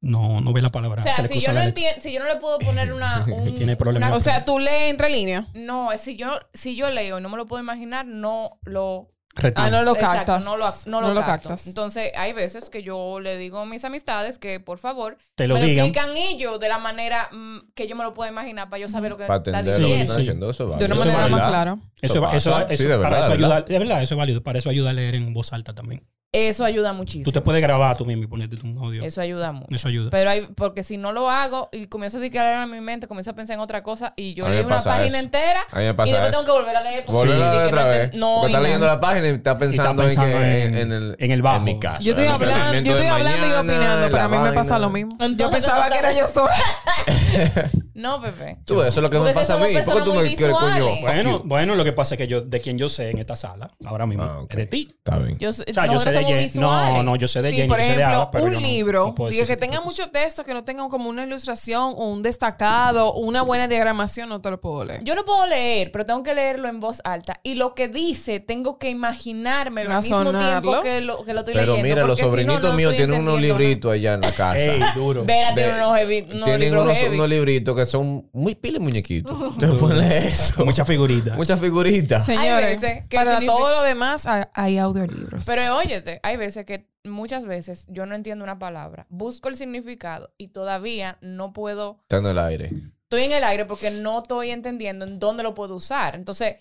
D: no, no ve la palabra.
C: Oh. O
D: se
C: sea,
D: le
C: si
D: cruza
C: yo no
D: la letra.
C: entiendo, si yo no le puedo poner una un-
D: *laughs* Tiene problemas.
C: una-
F: O sea, tú lees entre líneas.
C: no, si yo si yo leo y no me lo puedo imaginar, no lo
D: Retienes.
F: Ah, no lo
C: Exacto,
F: captas.
C: no lo, no lo
F: No lo
C: capto.
F: captas.
C: Entonces, hay veces que yo le digo a mis amistades que, por favor,
D: Te lo
C: me
D: digan.
C: explican ellos de la manera mm, que yo me lo puedo imaginar para yo saber lo que
A: Para
C: está
A: atender lo que
D: Sí,
C: diciendo.
A: están
D: sí.
A: haciendo. Eso vale.
F: De una
D: Eso
F: manera
D: vale.
F: más clara.
D: Eso, va- eso,
A: pasa.
D: eso,
A: ah, Sí, de
D: para
A: verdad,
D: eso
A: de verdad.
D: ayuda, de verdad, eso es válido. Para eso ayuda a leer en voz alta también.
C: Eso ayuda
D: Tú
C: muchísimo.
D: te puedes grabar tú mismo y ponerte un audio. Eso,
C: Eso ayuda mucho.
D: ayuda.
C: Pero hay, porque si no lo hago y comienzo a declarar en mi mente, comienzo a pensar en otra cosa y yo
A: A mí me
C: leo una
A: pasa
C: página
A: eso.
C: entera
A: A mí me
C: y
A: pasa
C: después
A: eso.
C: tengo que volver a leer.
A: Volver a
C: Sí,
A: hablar
C: que
A: otra
C: no
A: vez.
C: ent- No,
A: Porque
C: y
A: está
C: no.
A: leyendo la página y está pensando,
D: pensando
A: en, que-
D: en-
A: en, en el,
D: en el bajo.
A: En mi caso.
F: Yo estoy
A: en el
F: hablando,
A: planeamiento
F: yo estoy
A: de
F: hablando y
A: mañana,
F: opinando,
A: en
F: pero
A: la
F: a mí me
A: vaina.
F: pasa lo mismo. yo
C: Entonces,
F: pensaba
C: no
F: que era yo
C: estamos-
F: sola.
A: *laughs*
C: No, bebé.
A: Tú, eso es lo que
C: Porque
A: me pasa a
C: somos
A: mí. ¿Por qué
C: personas
A: tú
C: muy
A: me quieres
C: visuales.
A: coño?
D: Bueno, bueno, lo que pasa es que yo, de quien yo sé en esta sala, ahora mismo,
B: Ah, ok.
D: es de ti.
B: Está bien.
C: Yo, so-
D: O sea, yo sé
C: nosotros
D: de
C: somos
D: Jenny. No,
C: visuales.
D: no, yo sé de
F: Sí,
D: Jenny,
F: por
D: yo sé de
F: ejemplo,
D: Ada, pero yo
F: un
D: no-
F: libro,
D: no puedo decir
F: digo, que
D: ese tipo
F: tenga
D: de cosas.
F: mucho texto, que no tenga como una ilustración o un destacado, o una buena diagramación, no te lo puedo leer.
C: Yo lo puedo leer, pero tengo que leerlo en voz alta. Y lo que dice, tengo que imaginármelo al mismo
F: Razonarlo.
C: tiempo que lo, que lo estoy
A: Pero
C: leyendo.
A: mira, los
C: porque si no,
A: sobrinitos
C: no
A: míos
C: estoy
A: tienen unos
C: entendiendo
A: libritos allá en la casa.
D: Ey, duro.
C: nada. Vera tiene
A: De-
C: unos, heavy, unos
A: tienen
C: libros
A: unos,
C: heavy.
A: unos libritos que son muy piles muñequitos.
C: *laughs*
A: Te pones eso.
D: Muchas figuritas.
A: Muchas figuritas.
F: Señores,
C: veces que
F: para
C: significa-
F: todo lo demás hay, hay audiolibros.
C: Pero óyete, hay veces que muchas veces yo no entiendo una palabra. Busco el significado y todavía no puedo.
A: Está en el aire.
C: Estoy en el aire porque no estoy entendiendo en dónde lo puedo usar. Entonces,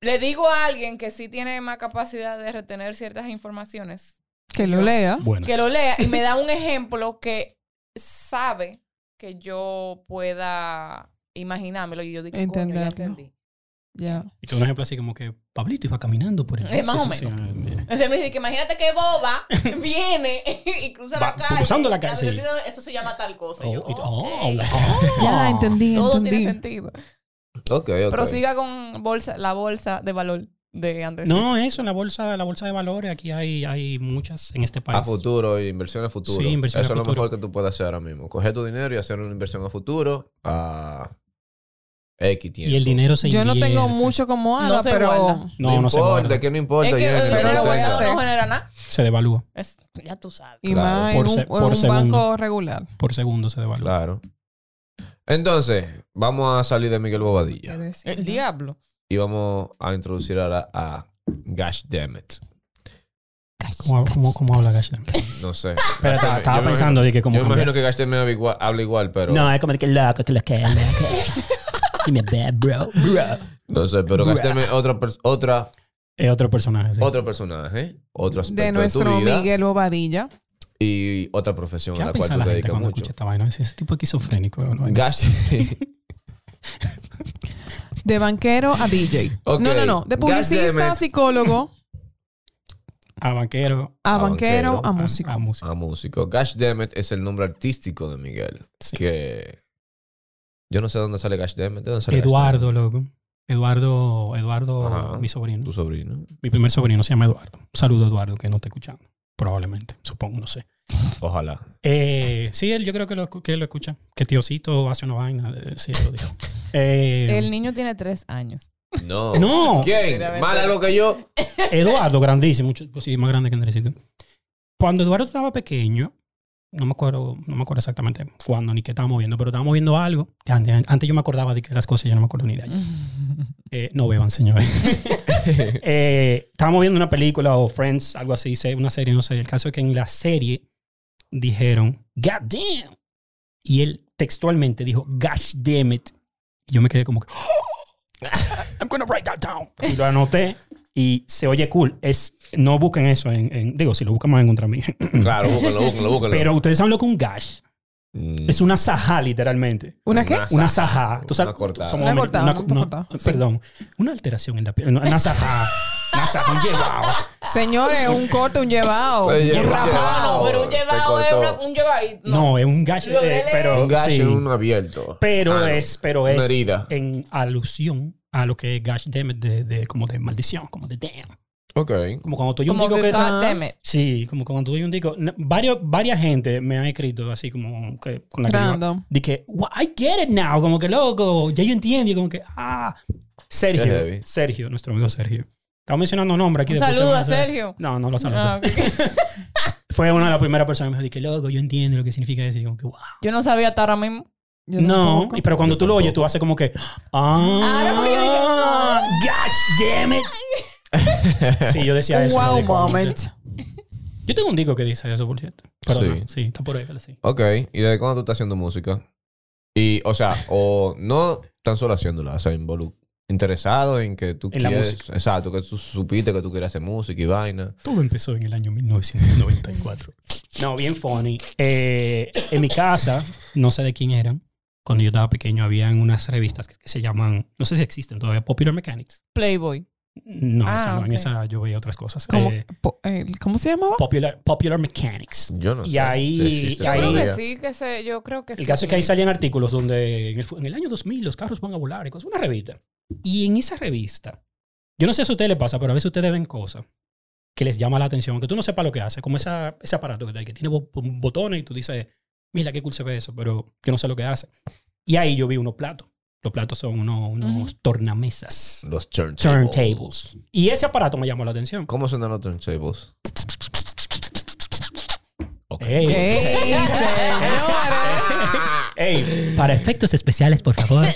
C: le digo a alguien que sí tiene más capacidad de retener ciertas informaciones,
F: Que lo lea.
D: Bueno.
C: que lo lea y
D: *laughs*
C: me da un ejemplo que sabe que yo pueda imaginármelo y yo digo, coño, ya
F: Entenderlo.
C: entendí.
F: Ya.
D: Y tú un ejemplo así como que Pablito iba caminando por el
C: Eh, más o
D: bosque,
C: menos.
D: así, ah,
C: O sea, me dice que imagínate que
D: *laughs*
C: boba viene y cruza
D: Va
C: la calle.
D: cruzando la calle, sí.
C: Eso, eso se llama tal cosa. Y
D: Oh,
C: yo,
D: y-
C: ok.
D: oh,
C: *laughs*
D: oh.
A: Ah.
F: Ya, entendí,
C: Todo tiene
F: entendí.
C: sentido.
A: Ok, ok.
C: Prosiga con bolsa, la bolsa de valor de Andrés.
D: No, eso, en la bolsa, la bolsa de valores, aquí hay, hay muchas en este país.
A: A futuro, inversión a futuro.
D: Sí, inversión
A: Eso
D: a
A: es lo
D: futuro.
A: mejor que tú puedes hacer ahora mismo. Coger tu dinero y hacer una inversión a futuro a X tiempo.
D: Y el dinero se
F: Yo no tengo
D: invierte.
F: mucho como Ada,
C: No se
F: pero
C: guarda.
D: No, no, se
A: importa,
D: guarda,
A: que no importa.
C: es que
A: Jenny,
C: el
F: pero
A: que
F: lo voy a
A: tenga.
F: hacer.
C: no genera nada.
D: se devalúa.
C: Es- ya tú sabes.
F: y
A: Claro.
F: más
D: Por
F: en un,
D: se-
F: en
D: por
F: un
D: segundo.
F: banco regular.
D: Por segundo se devalúa.
A: Claro. Entonces, vamos a salir de Miguel Bobadilla.
C: El diablo.
A: Y vamos a introducir ahora a Gash Demet.
D: ¿Cómo, cómo, cómo habla Gashem?
A: No
D: *laughs*
A: sé.
D: Espera, estaba- estaba
A: Yo me
D: pensando de que como
A: Yo me imagino que Gash Demet habla igual, habla igual, pero. No,
E: No, es como de que loco, que lo que loco.
D: *laughs*
E: Dime, bad bro, bro.
A: sé, pero Gash Demet es otra, pers- otra,
D: es otro personaje. sí.
A: otro personaje, otro aspecto
F: De
A: de,
F: nuestro
A: tu vida
F: Miguel Bobadilla.
A: y otra profesión
D: ¿Qué
A: a
D: va a
A: la cual
D: pensar
A: tú
D: la
A: te
D: gente
A: dedicas
D: cuando
A: mucho.
D: escucha esta vaina? Ese tipo esquizofrénico. ¿no?
A: Gash. *laughs*
F: De banquero a DJ.
A: *laughs* Ok.
F: No, no, no. De
A: Gas
F: publicista
A: Demet.
F: a psicólogo,
D: A banquero,
A: *laughs*
F: a
A: A
F: banquero,
A: banquero,
F: a músico.
D: a música.
A: a músico. Gash Demet es el nombre artístico de Miguel.
D: Sí.
A: Que yo no sé dónde sale Gash Demet. ¿De dónde sale Gash
D: Eduardo, loco. Eduardo, Eduardo,
A: Ajá.
D: mi
A: Demet?
D: sobrino.
A: Tu sobrino.
D: Mi primer sobrino se llama Eduardo. Un saludo, Eduardo, que no está escuchando. Probablemente, supongo, no sé.
A: Ojalá.
D: Eh, sí, él yo creo que lo, escu- que lo escucha. Que Tiocito hace una vaina. eh, sí, él lo dijo. Eh,
C: El niño tiene tres años.
A: No.
D: *laughs* no,
A: ¿Quién? Mala lo *clears throat* que yo.
D: Eduardo, grandísimo. mucho- pues sí, más grande que Andresito. Cuando Eduardo estaba pequeño, no me acuerdo, no me acuerdo exactamente cuándo ni qué estábamos viendo, pero estábamos viendo algo. Antes, antes yo me acordaba de que las cosas yo no me acuerdo ni de ahí. Eh, no beban, señores. Eh, estábamos viendo una película o Friends, algo así, se- una serie, no sé. El caso es que en la serie dijeron, God damn. Y él textualmente dijo, Gosh damn it. Y yo me quedé como que, I'm gonna write that down. Y lo anoté y se oye cool. Es, no busquen eso. En, en- digo, si lo buscan, van a encontrar a mí.
A: Claro, búscalo, búscalo, búscalo.
D: Pero ustedes saben lo que es un gash
A: Mm,
D: es una sajá, literalmente.
F: ¿Una qué?
D: Una sajá. Tú sabes-
A: Una cortada.
D: somos
F: Una
D: amer-
F: cortada,
D: una-
F: una cortada.
D: no, Perdón. Una alteración en la piel. Una sajá. Una sajá. Un llevado.
A: *laughs*
F: Señores, un corte, un llevado.
A: Se llevó
F: un rapado.
A: llevado.
C: Ah, pero un
A: Se
C: llevado es
A: cortó.
C: una- un llevadito.
D: No, es un gash.
C: Lo
D: eh,
C: de-
D: pero
A: Un gash
D: sí.
A: en uno abierto.
D: Pero
A: Ah, no.
D: es, pero
A: Una
D: es
A: herida.
D: en alusión a lo que es gash damn it, de, de- como de maldición, como de damn.
A: Ok.
D: Como cuando tú y un
C: Como
D: digo
C: que,
D: que.
C: God damn it.
D: Sí, como cuando tú y un digo. no, varios, varias gente me ha escrito así como que con la que yo-
F: Random.
D: de que "Wow, I get it now, como que loco, ya yo entiendo, y como que ah,
A: Qué
D: Sergio,
A: heavy.
D: Sergio, nuestro amigo Sergio. Estamos mencionando nombres aquí.
C: Un
D: después te
C: saludo
D: van
C: a
D: hacer-
C: Sergio.
D: No, no lo saludo.
C: Ah, ok.
D: Fue una de las primeras personas que me dijo, de que loco, yo entiendo lo que significa eso. Y como que, wow.
C: Yo no sabía hasta ahora mismo.
F: Yo
D: no,
F: tampoco.
D: y- pero cuando tú lo oyes, tú haces como que,
C: Ahora porque yo dije,
D: ah,
C: "Ah".
D: gosh damn it.
C: *laughs*
D: Sí, yo decía
F: Un
D: eso.
F: wow
D: marico, como que-
F: moment.
D: Yo tengo un disco que dice eso, por cierto. Pero
A: Sí.
D: no, sí, está por ahí, pero sí.
A: Ok. ¿Y desde cuándo tú estás haciendo música? Y, o sea, o no tan solo haciéndola, o sea, involu- interesado en que tú
D: En la
A: quieres.
D: música.
A: Exacto, que tú supiste que tú quieres hacer música y vaina.
D: Todo empezó en el año 1994. No, bien funny. Eh, en mi casa, no sé de quién eran, cuando yo estaba pequeño, habían unas revistas que, que se llaman, no sé si existen todavía, Popular Mechanics.
C: Playboy.
D: No,
C: Ah,
D: esa no,
C: ok.
D: en esa yo veía otras cosas.
F: ¿Cómo,
D: Eh,
F: po- el- ¿cómo se llamaba?
D: Popular, Popular Mechanics.
A: Yo no
D: Y
A: sé
D: ahí-
A: existe
D: y ahí-
C: Creo
A: todavía.
C: que sí, que sé, yo creo que sí.
D: El caso es que ahí salían artículos donde en el, fu- en el año 2000 los carros van a volar y cosas. Una revista. Y en esa revista, yo no sé si a ustedes les pasa, pero a veces ustedes ven cosas que les llama la atención, que tú no sepas lo que hace, como esa, ese aparato que, que tiene bo- botones y tú dices, mira qué cool se ve eso, pero yo no sé lo que hace. Y ahí yo vi unos platos. Los platos son unos, unos tornamesas.
A: Los turntables.
D: Turntables. Y ese aparato me llamó la atención.
A: ¿Cómo suenan los turntables? Ok.
D: Ey.
F: ¡Ey,
A: *laughs*
F: señores!
D: *laughs* Ey,
E: Para efectos especiales, por favor,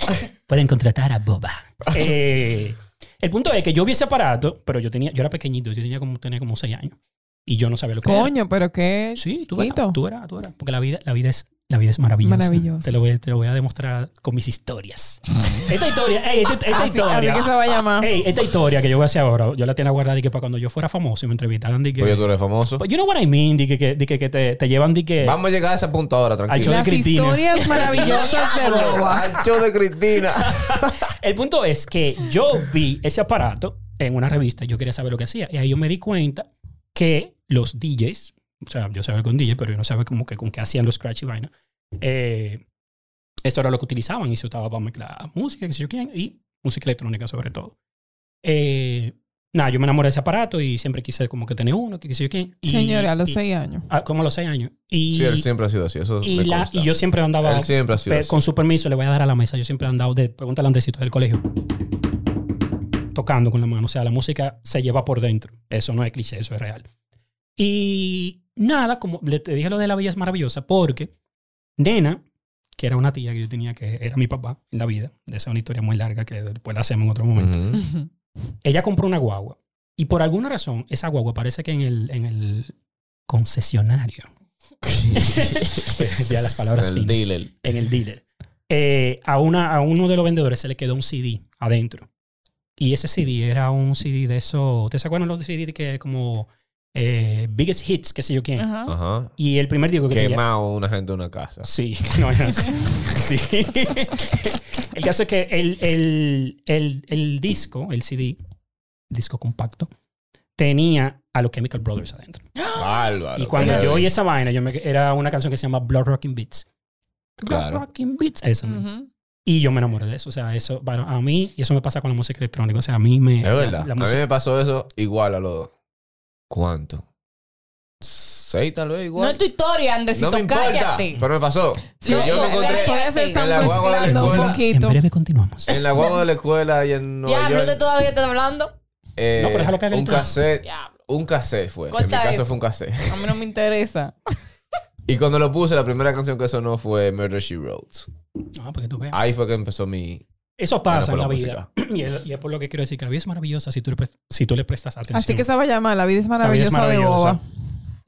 E: pueden contratar a Boba.
D: Eh, el punto es que yo vi ese aparato, pero yo tenía, yo era pequeñito, yo tenía como, tenía como 6 años. Y yo no sabía lo que era.
F: Coño, pero qué
D: Sí, tú verás,
F: chiquito.
D: tú verás, tú verás. Porque la vida, la vida es, La vida es maravillosa.
F: Maravillosa.
D: Te lo voy, te lo voy a demostrar con mis historias. esta historia, ey, esta, esta
F: Así, así
D: historia.
F: que se va a llamar.
D: Ey, esta historia que yo voy a hacer ahora, yo la tenía guardada y que para cuando yo fuera famoso y me entrevistaran, di que.
A: Oye, Pues tú eres famoso.
D: But you know what I mean, di que, que, di que, que te, te llevan, di que.
A: Vamos a llegar a ese punto ahora,
D: Al
A: tranquilo.
D: show de
F: Las
D: Cristina.
F: historias maravillosas
A: *laughs*
F: de Boba.
A: Al show de Cristina.
D: El punto es que yo vi ese aparato en una revista, yo quería saber lo que hacía. Y ahí yo me di cuenta que los DJs, o sea, yo sabía con DJ, pero yo no sabía como que, con qué hacían los scratch y vaina. Eh, eso era lo que utilizaban y se usaba para mezclar música, que sé yo quién, y música electrónica sobre todo. Eh, nada, yo me enamoré de ese aparato y siempre quise como que tener uno, que qué sé yo quién. Y-
F: Señores, a los
D: y-
F: seis años.
D: ah, como a los seis años. Y,
A: Sí, él siempre ha sido así. Eso
D: y,
A: me
D: la-
A: consta.
D: y yo siempre andaba
A: Él siempre ha sido
D: Pe-
A: así.
D: con su permiso, le voy a dar a la mesa. Yo siempre he andado de pregúntale a Andresito del colegio. Tocando con la mano. O sea, la música se lleva por dentro. Eso no es cliché, eso es real. Y nada, como le te dije lo de la vida es maravillosa, porque Nena, que era una tía que yo tenía que era mi papá en la vida, esa es una historia muy larga que después la hacemos en otro momento
A: Ujú.
D: ella compró una guagua y por alguna razón esa guagua parece que en el, en el concesionario. *laughs* ya las palabras
A: El
D: finas.
A: dealer.
D: En el dealer. Eh, a, una, a uno de los vendedores se le quedó un CD adentro. Y ese CD era un CD de esos. ¿Ustedes se acuerdan los CD que como eh, Biggest Hits, qué sé yo quién?
C: Ajá.
A: Ajá.
D: Y el primer disco que tenía-
A: Quemado una gente en una casa.
D: Sí, *laughs* no era así. Sí. *laughs* El caso es que el, el, el, el disco, el CD, disco compacto, tenía a los Chemical Brothers adentro.
A: Bárbaro.
D: ¡Ah! y cuando
A: Claro.
D: yo oí esa vaina, yo me- era una canción que se llama Blood Rocking Beats. Blood
A: Claro.
D: Rocking Beats. Eso. mismo.
C: Ujú.
D: Y yo me enamoré de eso. O sea, eso, bueno, a mí, y eso me pasa con la música electrónica. O sea, a mí me.
A: Es verdad.
D: la
A: a mí
D: música-
A: me pasó eso igual a los dos. ¿Cuánto? Seis tal vez
C: No
A: igual.
C: es tu historia, Andresito,
A: No me importa.
C: cállate.
A: Pero me pasó. Que
C: Loco,
A: yo me
F: Las
A: encontré
F: historias se están
A: en la guagua de la
F: mezclando un
A: escuela.
D: en
F: poquito.
D: breve continuamos.
A: en la guagua de la escuela y en Nueva
C: Diablo,
A: York.
C: usted todavía está hablando.
A: eh,
D: No, pero déjalo que haga
A: un
D: el tema.
A: cassette.
C: Diablo.
A: Un cassette fue. En mi
C: Corta
A: caso
C: eso.
A: fue un cassette. *laughs*
C: A mí no me interesa.
A: Y cuando lo puse, la primera canción que sonó fue Murder She Wrote.
D: Ah, porque tú veas.
A: Ahí fue que empezó mi.
D: Eso pasa en
A: Bueno, pues
D: la
A: por la
D: vida. *clears throat* Y es, y es por lo que quiero decir que la vida es maravillosa si tú le, pres- si tú le prestas atención.
F: Así que se va a llamar La vida es
D: La vida es
F: maravillosa, de Boba.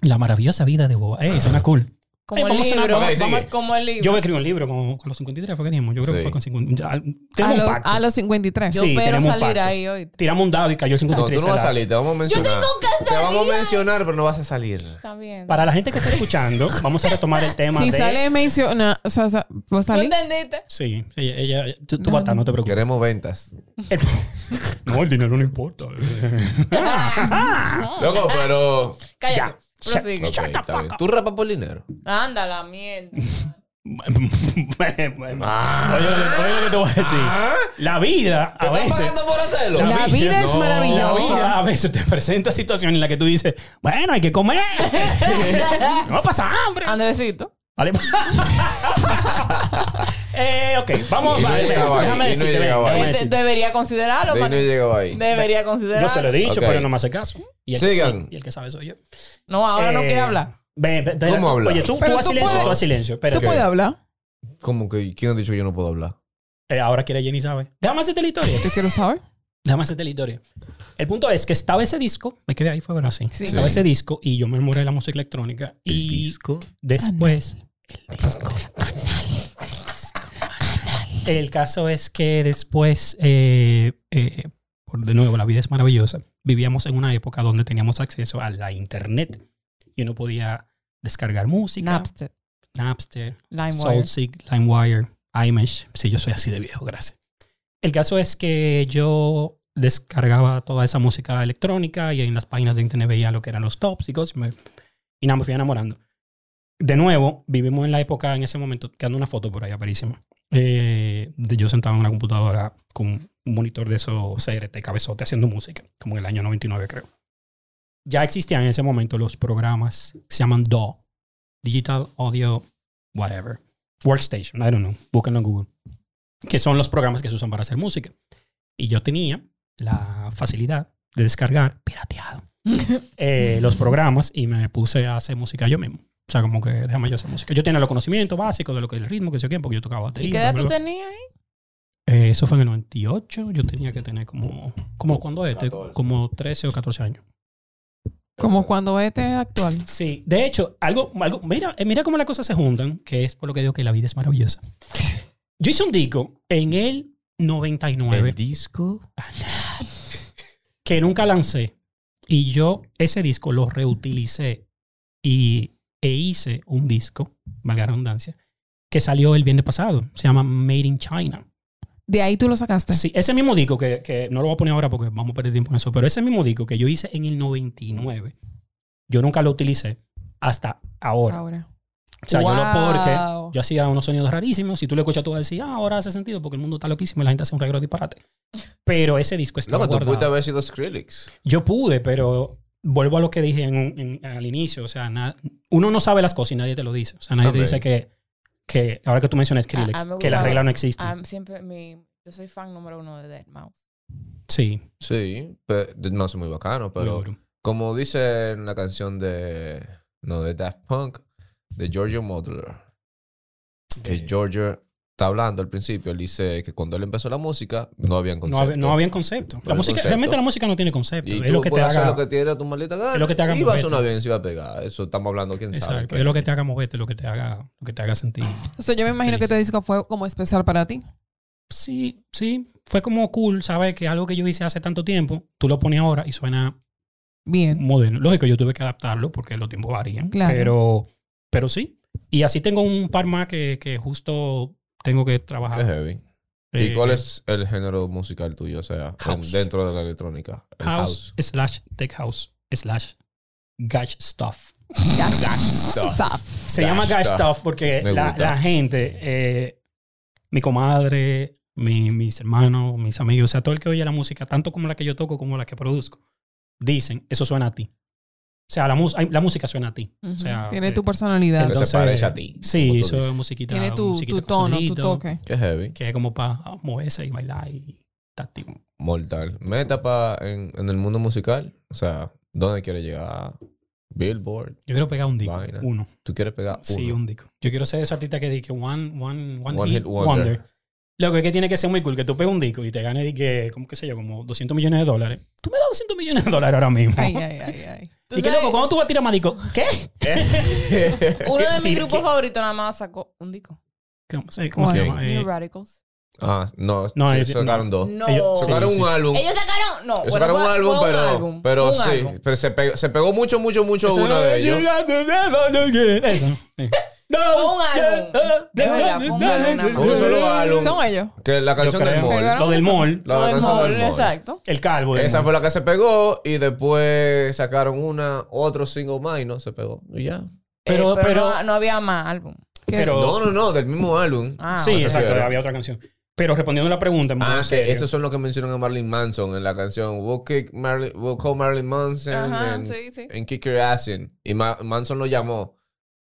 D: La maravillosa vida de Boba. Eh, Ey, suena cool.
C: Como
D: Ey,
C: el
D: vamos a
C: libro.
A: una- Ok,
C: Vamos-
A: sigue.
C: como el libro.
D: Yo voy a escribir un libro con, con los 53, fue que dijimos. Yo creo
A: Sí.
D: que fue con 50. ya, tengo
F: A
D: un
F: los,
D: pacto.
F: a los 53.
C: Yo
D: Sí,
C: espero
D: tenemos un
C: salir
D: pacto.
C: ahí hoy.
D: Tiramos un dado y cayó el
A: No,
D: 53.
A: tú no vas a
D: la-
A: salir, te vamos a mencionar.
C: tengo que
A: Te
C: salir
A: vamos a
C: ahí.
A: mencionar, pero no vas a salir.
C: Está bien.
D: Para la gente que está escuchando, vamos a retomar el tema
F: si
D: de...
F: sale menciona, o sea, pues sa- ¿vos
C: ¿Tú
F: salís?
C: entendiste?
D: Sí, ella, ella- tú, tú vas a estar, no te preocupes.
A: Queremos ventas.
D: El- *laughs* no, el dinero no importa.
A: Loco, pero.
C: *laughs* Cállate.
D: Ya.
C: Prosigue.
A: Ok, Ah. está bien. Tú rapas por dinero.
C: Anda la
D: *laughs*
C: mierda.
A: Ah.
D: Oye, lo que- oye lo que te voy a decir. La vida,
A: ¿Te
D: a
A: estás
D: veces...
A: pagando por hacerlo?
F: La
D: vi-
F: vida es
D: No,
F: maravillosa.
D: La vida a veces te presenta situaciones en las que tú dices, bueno, hay que
F: *laughs*
D: comer. no pasa hambre.
C: Andresito.
F: *laughs*
D: Vale. eh, ok, vamos.
A: Y no
D: vale,
A: he llegado ahí, y no
D: déjame
A: he
D: decirte, ven,
A: llegado ahí.
D: déjame
C: Eh, de-
D: decirte.
C: debería considerarlo.
A: De ahí
C: pana.
A: no he llegado ahí.
C: Debería
D: Yo se lo he
C: considerarlo.
D: dicho,
A: Ok.
D: pero no me hace caso. Y el,
A: Sigan.
D: Y el que sabe soy yo.
C: No, ahora no
D: Eh,
C: quiere hablar.
D: Ven, ven, ven.
A: ¿Cómo hablar?
D: Oye, tú,
F: Pero
D: tú vas
F: tú
D: silencio,
F: puedes-
D: tú vas silencio.
F: ¿Tú
D: Espérate.
F: puedes hablar?
A: ¿Cómo que? ¿Quién ha dicho que yo no puedo hablar?
D: Eh, ahora quiere Jenny sabe. Déjame hacerte la
F: *laughs*
D: historia.
F: Yo quiero saber.
D: Déjame hacerte la historia. El punto es que estaba ese disco. Me quedé ahí, fue verdad, sí.
F: Sí.
D: Estaba
A: Sí.
D: ese disco y yo me enamoré de la música electrónica. Y después. El disco. El caso es que después, eh, eh, por de nuevo, la vida es maravillosa. Vivíamos en una época donde teníamos acceso a la internet. Y uno podía descargar música,
F: Napster.
D: Napster,
C: LimeWire.
D: Soulseek, LimeWire, iMesh. Sí, yo soy así de viejo, gracias. El caso es que yo descargaba toda esa música electrónica y en las páginas de internet veía lo que eran los tops y cosas. y me- Y nada, me fui enamorando. De nuevo, vivimos en la época, en ese momento, que anda una foto por ahí aparísima. eh, de yo sentado en una computadora con un monitor de esos CRT cabezote haciendo música, como en el año 99 creo. Ya existían en ese momento los programas que se llaman DAW, Digital Audio whatever. Workstation, I don't know. Búsquenlo en Google. Que son los programas que se usan para hacer música. Y yo tenía la facilidad de descargar,
C: *laughs*
D: pirateado, eh, los programas y me puse a hacer música yo mismo. O sea, como que déjame yo hacer música. Yo tenía los conocimientos básicos de lo que es el ritmo, que sé yo qué, porque yo tocaba batería.
C: ¿Y qué edad
D: bla,
C: tú
D: bla, bla.
C: tenías ahí?
D: Eh, eso fue en el 98. Yo tenía que tener como, como cuando este, como 13 o 14 años.
F: Como cuando este es actual.
D: Sí, de hecho, algo, algo mira, eh, mira cómo las cosas se juntan, que es por lo que digo que la vida es maravillosa. Yo hice un disco en el 99
A: El disco.
D: que nunca lancé y yo ese disco lo reutilicé y e hice un disco, valga la redundancia, que salió el viernes pasado, se llama Made in China.
F: De ahí tú lo sacaste.
D: Sí, ese mismo disco que, que no lo voy a poner ahora porque vamos a perder tiempo en eso, pero ese mismo disco que yo hice en el 99, yo nunca lo utilicé hasta ahora.
F: Ahora.
D: O sea, yo lo
F: Wow.
D: porque yo hacía unos sonidos rarísimos. Si tú lo escuchas, tú vas a decir, ah, ahora hace sentido porque el mundo está loquísimo y la gente hace un reguero de disparate. Pero ese disco está
A: Loco, tú
D: guardado.
A: pudiste haber sido Skrillex.
D: Yo pude, pero vuelvo a lo que dije en un- en- al inicio. O sea, na- uno no sabe las cosas y nadie te lo dice. O sea, nadie te
A: Ok.
D: dice que, que ahora que tú mencionas Skrillex,
C: Ah, me
D: que la
C: gustaba.
D: regla no existe.
C: I'm Ah, siempre mi, yo soy fan número uno de Dead Mouse.
D: sí,
A: Sí, pero, no es muy bacano,
D: muy
A: pero
D: duro.
A: como dice en la canción de no de Daft Punk de Giorgio Moroder, que Giorgio está hablando al principio, él dice que cuando él empezó la música no habían
D: No,
A: concepto.
D: había, no habían concepto.
A: No
D: la
A: había
D: música,
A: concepto.
D: Realmente la música no tiene concepto.
A: y
D: Es lo que te
A: hacer
D: haga.
A: lo que tiene tu maleta gana.
D: es lo que te haga
A: y va a
D: moverte.
A: sonar bien si va a pegar. Eso estamos hablando quién sabe.
D: Exacto,
A: pero-
D: es lo que te haga moverte, lo que te haga, lo que te haga sentir.
F: O sea, yo me imagino que este disco fue como especial para ti.
D: Sí, sí. Fue como cool, ¿sabes? Que algo que yo hice hace tanto tiempo, tú lo pones ahora y suena
F: Bien.
D: moderno. Lógico, yo tuve que adaptarlo porque los tiempos varían.
F: Claro.
D: Pero, pero sí. Y así tengo un par más que, que justo tengo
A: Qué
D: que trabajar.
A: heavy.
D: Eh,
A: ¿Y cuál es el género musical tuyo? O sea, en-
D: House.
A: dentro de la electrónica. El
D: House, slash tech house slash gash stuff. Se
A: Gash
D: llama gash
A: stuff.
D: stuff porque
A: Me
D: la,
A: gusta.
D: la gente, eh, mi comadre, mi- mis hermanos, mis amigos, o sea, todo el que oye la música, tanto como la que yo toco como la que produzco, dicen, eso suena a ti. O sea, la, mus- ay, la música suena a ti. O sea,
F: Tiene
D: eh,
F: tu personalidad.
A: Que se parece a ti, como tú
D: Sí, eso es
A: dices.
D: musiquita.
F: Tiene tu,
D: musiquita
F: tu
D: con
F: tono, tu
D: sonidito, *laughs*
F: toque.
A: Qué heavy.
D: Que es como para moverse y bailar y estar activo.
A: Mortal. Meta pa en, en el mundo musical. O sea, ¿dónde quieres llegar? Billboard.
D: Yo quiero pegar un disco.
A: Vaina.
D: Uno.
A: Tú quieres pegar uno. *laughs*
D: Sí, un disco. Yo quiero ser de esos artistas que dije one, one, one,
A: One
D: hit,
A: hit wonder.
D: wonder. Lo que tiene que ser muy cool que tú pegues un disco y te ganes, que, como qué sé yo, como 200 millones de dólares. Tú me das 200 millones de dólares ahora mismo.
F: Ay, ay, ay, ay.
D: *laughs* y que loco, ¿cuándo tú vas a tirar más disco? ¿Qué?
C: Uno de
D: ¿Qué?
C: mis grupos favoritos nada más sacó un disco.
D: ¿Cómo se, cómo se
F: ¿Cuál?
D: llama? Eh,
C: New Radicals.
A: Ah, no.
D: No,
A: sí,
D: ellos-
A: sacaron dos.
C: No.
D: ellos- sí.
A: Sacaron un álbum.
C: Ellos sacaron. No, bueno,
A: sacaron
C: fue-
A: un álbum,
C: fue
A: pero,
C: álbum,
A: pero
C: fue un
A: sí.
C: álbum.
A: Pero se pegó, se pegó mucho, mucho, mucho uno de ellos.
D: Eso.
C: *laughs*
D: eh. sí.
C: un álbum. De verdad, fue un álbum.
A: Un solo álbum.
F: Son ellos.
A: Que la canción
D: Yo
A: del
D: creo.
A: mall.
D: Lo del mall.
A: La
C: Lo del
A: canción
C: mall,
A: del mall.
C: exacto.
D: El calvo. del
A: Esa
D: mall.
A: fue la que se pegó y después sacaron una, otro single más y no se pegó. Y ya.
D: Eh, Pero-
C: Pero,
D: pero-
C: no, no había más álbum.
F: que-
D: Pero,
A: No, no, no, del mismo álbum.
C: Ah,
D: sí,
C: bueno.
D: exacto.
A: refiero.
D: Había otra canción. Pero respondiendo a la pregunta. en
A: Ah,
D: modo
A: que
D: serio,
A: esos son los que mencionan a Marilyn Manson en la canción We'll, kick Marilyn, we'll call Marilyn Manson
C: Ajá,
A: and,
C: sí, sí.
A: and kick your ass in. Y Ma- Manson lo llamó.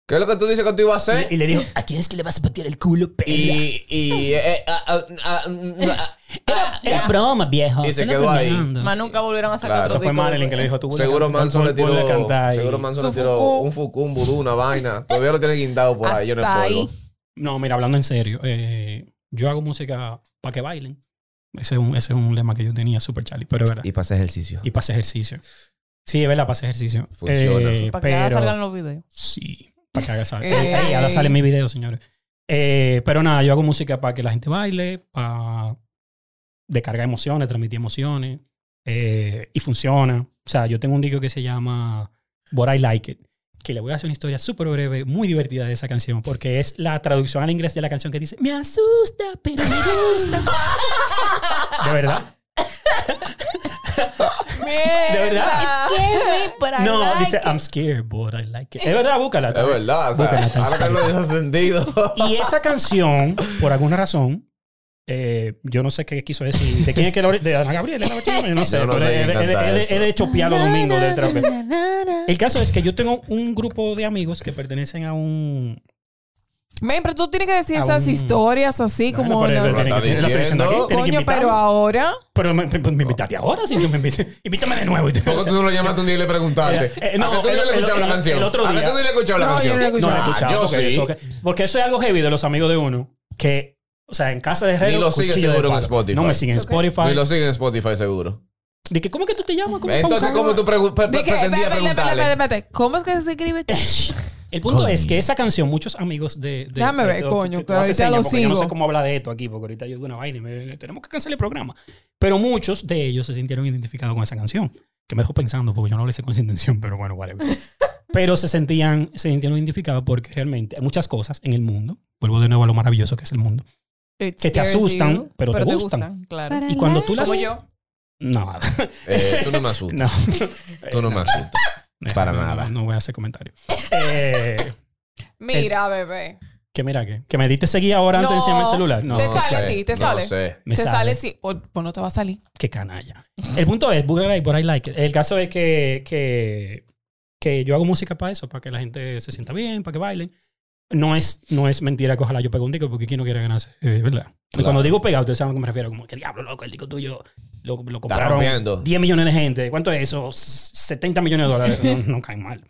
A: ¿Qué es lo que tú dices que tú ibas a hacer?
G: Y le dijo, ¿a quién es que le vas a patear el culo, pela?
A: Y, y, eh, ah, ah, ah, mm, ah,
G: Es broma, viejo.
A: Y se
G: Solo
A: quedó ahí.
G: bromeando.
C: Más nunca volvieron a sacar
A: Claro.
D: Eso
C: otro
D: fue
C: disco.
D: Marilyn que le dijo tú. vuelve
A: *laughs*
D: a
A: seguro
D: cantar,
A: Manson le tiró,
D: vuelve a cantar y-
A: seguro Manson le
F: Su
A: tiró
F: fucú.
A: un fucú, un vudú, una vaina. Todavía lo tiene guindado por ahí, yo no
F: Hasta
A: polvo.
F: ahí.
D: No, mira, hablando en serio, eh, yo hago música para que bailen. Ese es, un, ese es un lema que yo tenía, Super Charlie, pero es verdad.
A: Y pasa ejercicio.
D: Y, para ese ejercicio. Sí, es verdad, para ese ejercicio.
A: Funciona.
D: Eh,
C: Para que ahora
D: pero,
C: salgan los videos.
D: Sí, para que haga sal-
F: Ey.
D: Ey, ahí, ahora sale mi video, señores. Eh, pero nada, yo hago música para que la gente baile, para descargar emociones, transmitir emociones. eh, y funciona. O sea, yo tengo un disco que se llama What I Like It, que le voy a hacer una historia súper breve, muy divertida de esa canción, porque es la traducción al inglés de la canción que dice, me asusta, *laughs* pero me gusta. de verdad.
F: Mierda.
D: verdad? No,
C: no,
D: dice, I'm scared, but I like it. Es verdad, búscala.
A: Es verdad, o sea,
D: Búscala,
A: ahora que lo hizo
D: *laughs*
A: sentido.
D: Y esa canción, por alguna razón, eh, yo no sé qué quiso decir. ¿De quién es que la ori- ¿De Ana Gabriela? la bachillera? Yo no sé.
A: Yo no
D: pero
A: sé
D: él-
A: quién
D: él-
A: canta
D: él-
A: eso.
D: él de Chopiá los domingos de terapia. El caso es que yo tengo un grupo de amigos que pertenecen a un.
F: Men, pero tú tienes que decir
D: A
F: esas
D: un-
F: historias así
D: Ah, Bueno,
F: como...
D: pero
F: no-
D: él tiene
A: Lo
D: que-
A: está
D: lo estoy diciendo aquí,
A: diciendo.
D: tiene que
F: Coño,
D: invitarme.
F: pero ahora...
D: Pero me, me- me invitaste ahora, si yo me invité. Invítame de nuevo. y te-
A: ¿Por qué tú no lo llamaste un día y le preguntaste?
D: Eh, eh, no,
A: ¿A que tú
D: el-
A: no le
D: el-
A: escuchabas la
D: el-
A: canción?
D: el otro
A: ¿A que
D: día-
A: tú no le escuchabas la
F: No, yo
A: canción?
F: no la he
D: No, la he
A: Ah,
D: escuchado.
A: yo
D: porque,
A: sí.
D: eso, porque eso es algo heavy de los amigos de uno. Que, o sea, en casa de Herrero.
A: Ni lo sigue
D: cuchillo de
A: seguro en
D: palo.
A: Spotify.
D: No me siguen en Spotify.
A: Y lo siguen en Spotify seguro.
D: De que, ¿Cómo que tú te llamas? ¿Cómo-
B: Eh, Entonces, ¿cómo tú pregu- pre- pre-
F: Dije,
B: pretendías
F: espérate, espérate, espérate,
B: preguntarle?
F: espérate. ¿Cómo es que se
D: *laughs*
F: escribe?
D: El punto es que esa canción, muchos amigos de. de
F: Déjame ver,
D: de- de-
F: coño,
D: de-
F: claro,
D: hace
F: ahorita
D: señas
F: lo
D: porque Yo no sé
F: sigo.
D: cómo habla de esto aquí, porque ahorita yo de una vaina y me- tenemos que cancelar el programa. Pero muchos de ellos se sintieron identificados con esa canción. Que me dejó pensando, porque yo no lo hice con esa intención, pero bueno, whatever. pero se sentían, se sintieron identificados porque realmente hay muchas cosas en el mundo. Vuelvo de nuevo a lo maravilloso que es el mundo.
C: It's
D: Que te
C: scary,
D: asustan,
C: sí,
D: pero te gustan.
C: Claro.
D: Y cuando tú las.
C: Como yo.
D: No,
B: Eh, tú no me asustas.
D: no. *laughs* Eh,
B: Tú no me asustas. Para
D: No, no,
B: nada.
D: No voy a hacer comentario. Eh,
F: Mira, bebé.
D: que mira, que, que me diste seguir ahora antes de
F: No.
D: enseñarme el celular. No,
F: Te
B: No
F: sale a
B: sé,
F: ti, te
B: no
F: sale.
B: sé.
D: me
F: te
D: sale.
F: sale, sí. O- Pues no te va a salir.
D: Qué canalla. El punto es, Booger Like, but I like it. El caso es que, que, que yo hago música para eso, para que la gente se sienta bien, para que bailen. No es, no es mentira que ojalá yo pegue un disco, porque ¿quién no quiere ganarse? Eh, ¿Verdad? Y Cuando digo pegado, ustedes saben a lo que me refiero. Como que diablo, loco, el disco tuyo lo, lo
B: rompiendo.
D: compraron 10 millones de gente. ¿Cuánto es eso? S- 70 millones de dólares. No, no caen mal.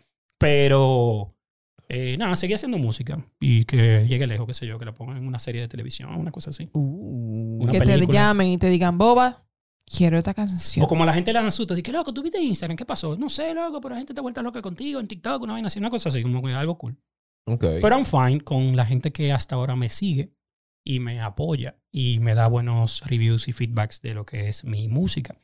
D: Pero, eh, nada, seguí haciendo música y que llegue lejos, qué sé yo, que la pongan en una serie de televisión, una cosa así. Una
F: Uh, que te
D: película.
F: llamen y te digan, boba, quiero esta canción.
D: O como la gente le dan sustos, dice, loco, ¿tú viste Instagram? ¿Qué pasó? No sé, loco, pero la gente está vuelta loca contigo en TikTok, una vaina así, una cosa así, como que algo cool.
B: Ok.
D: Pero I'm fine con la gente que hasta ahora me sigue y me apoya y me da buenos reviews y feedbacks de lo que es mi música.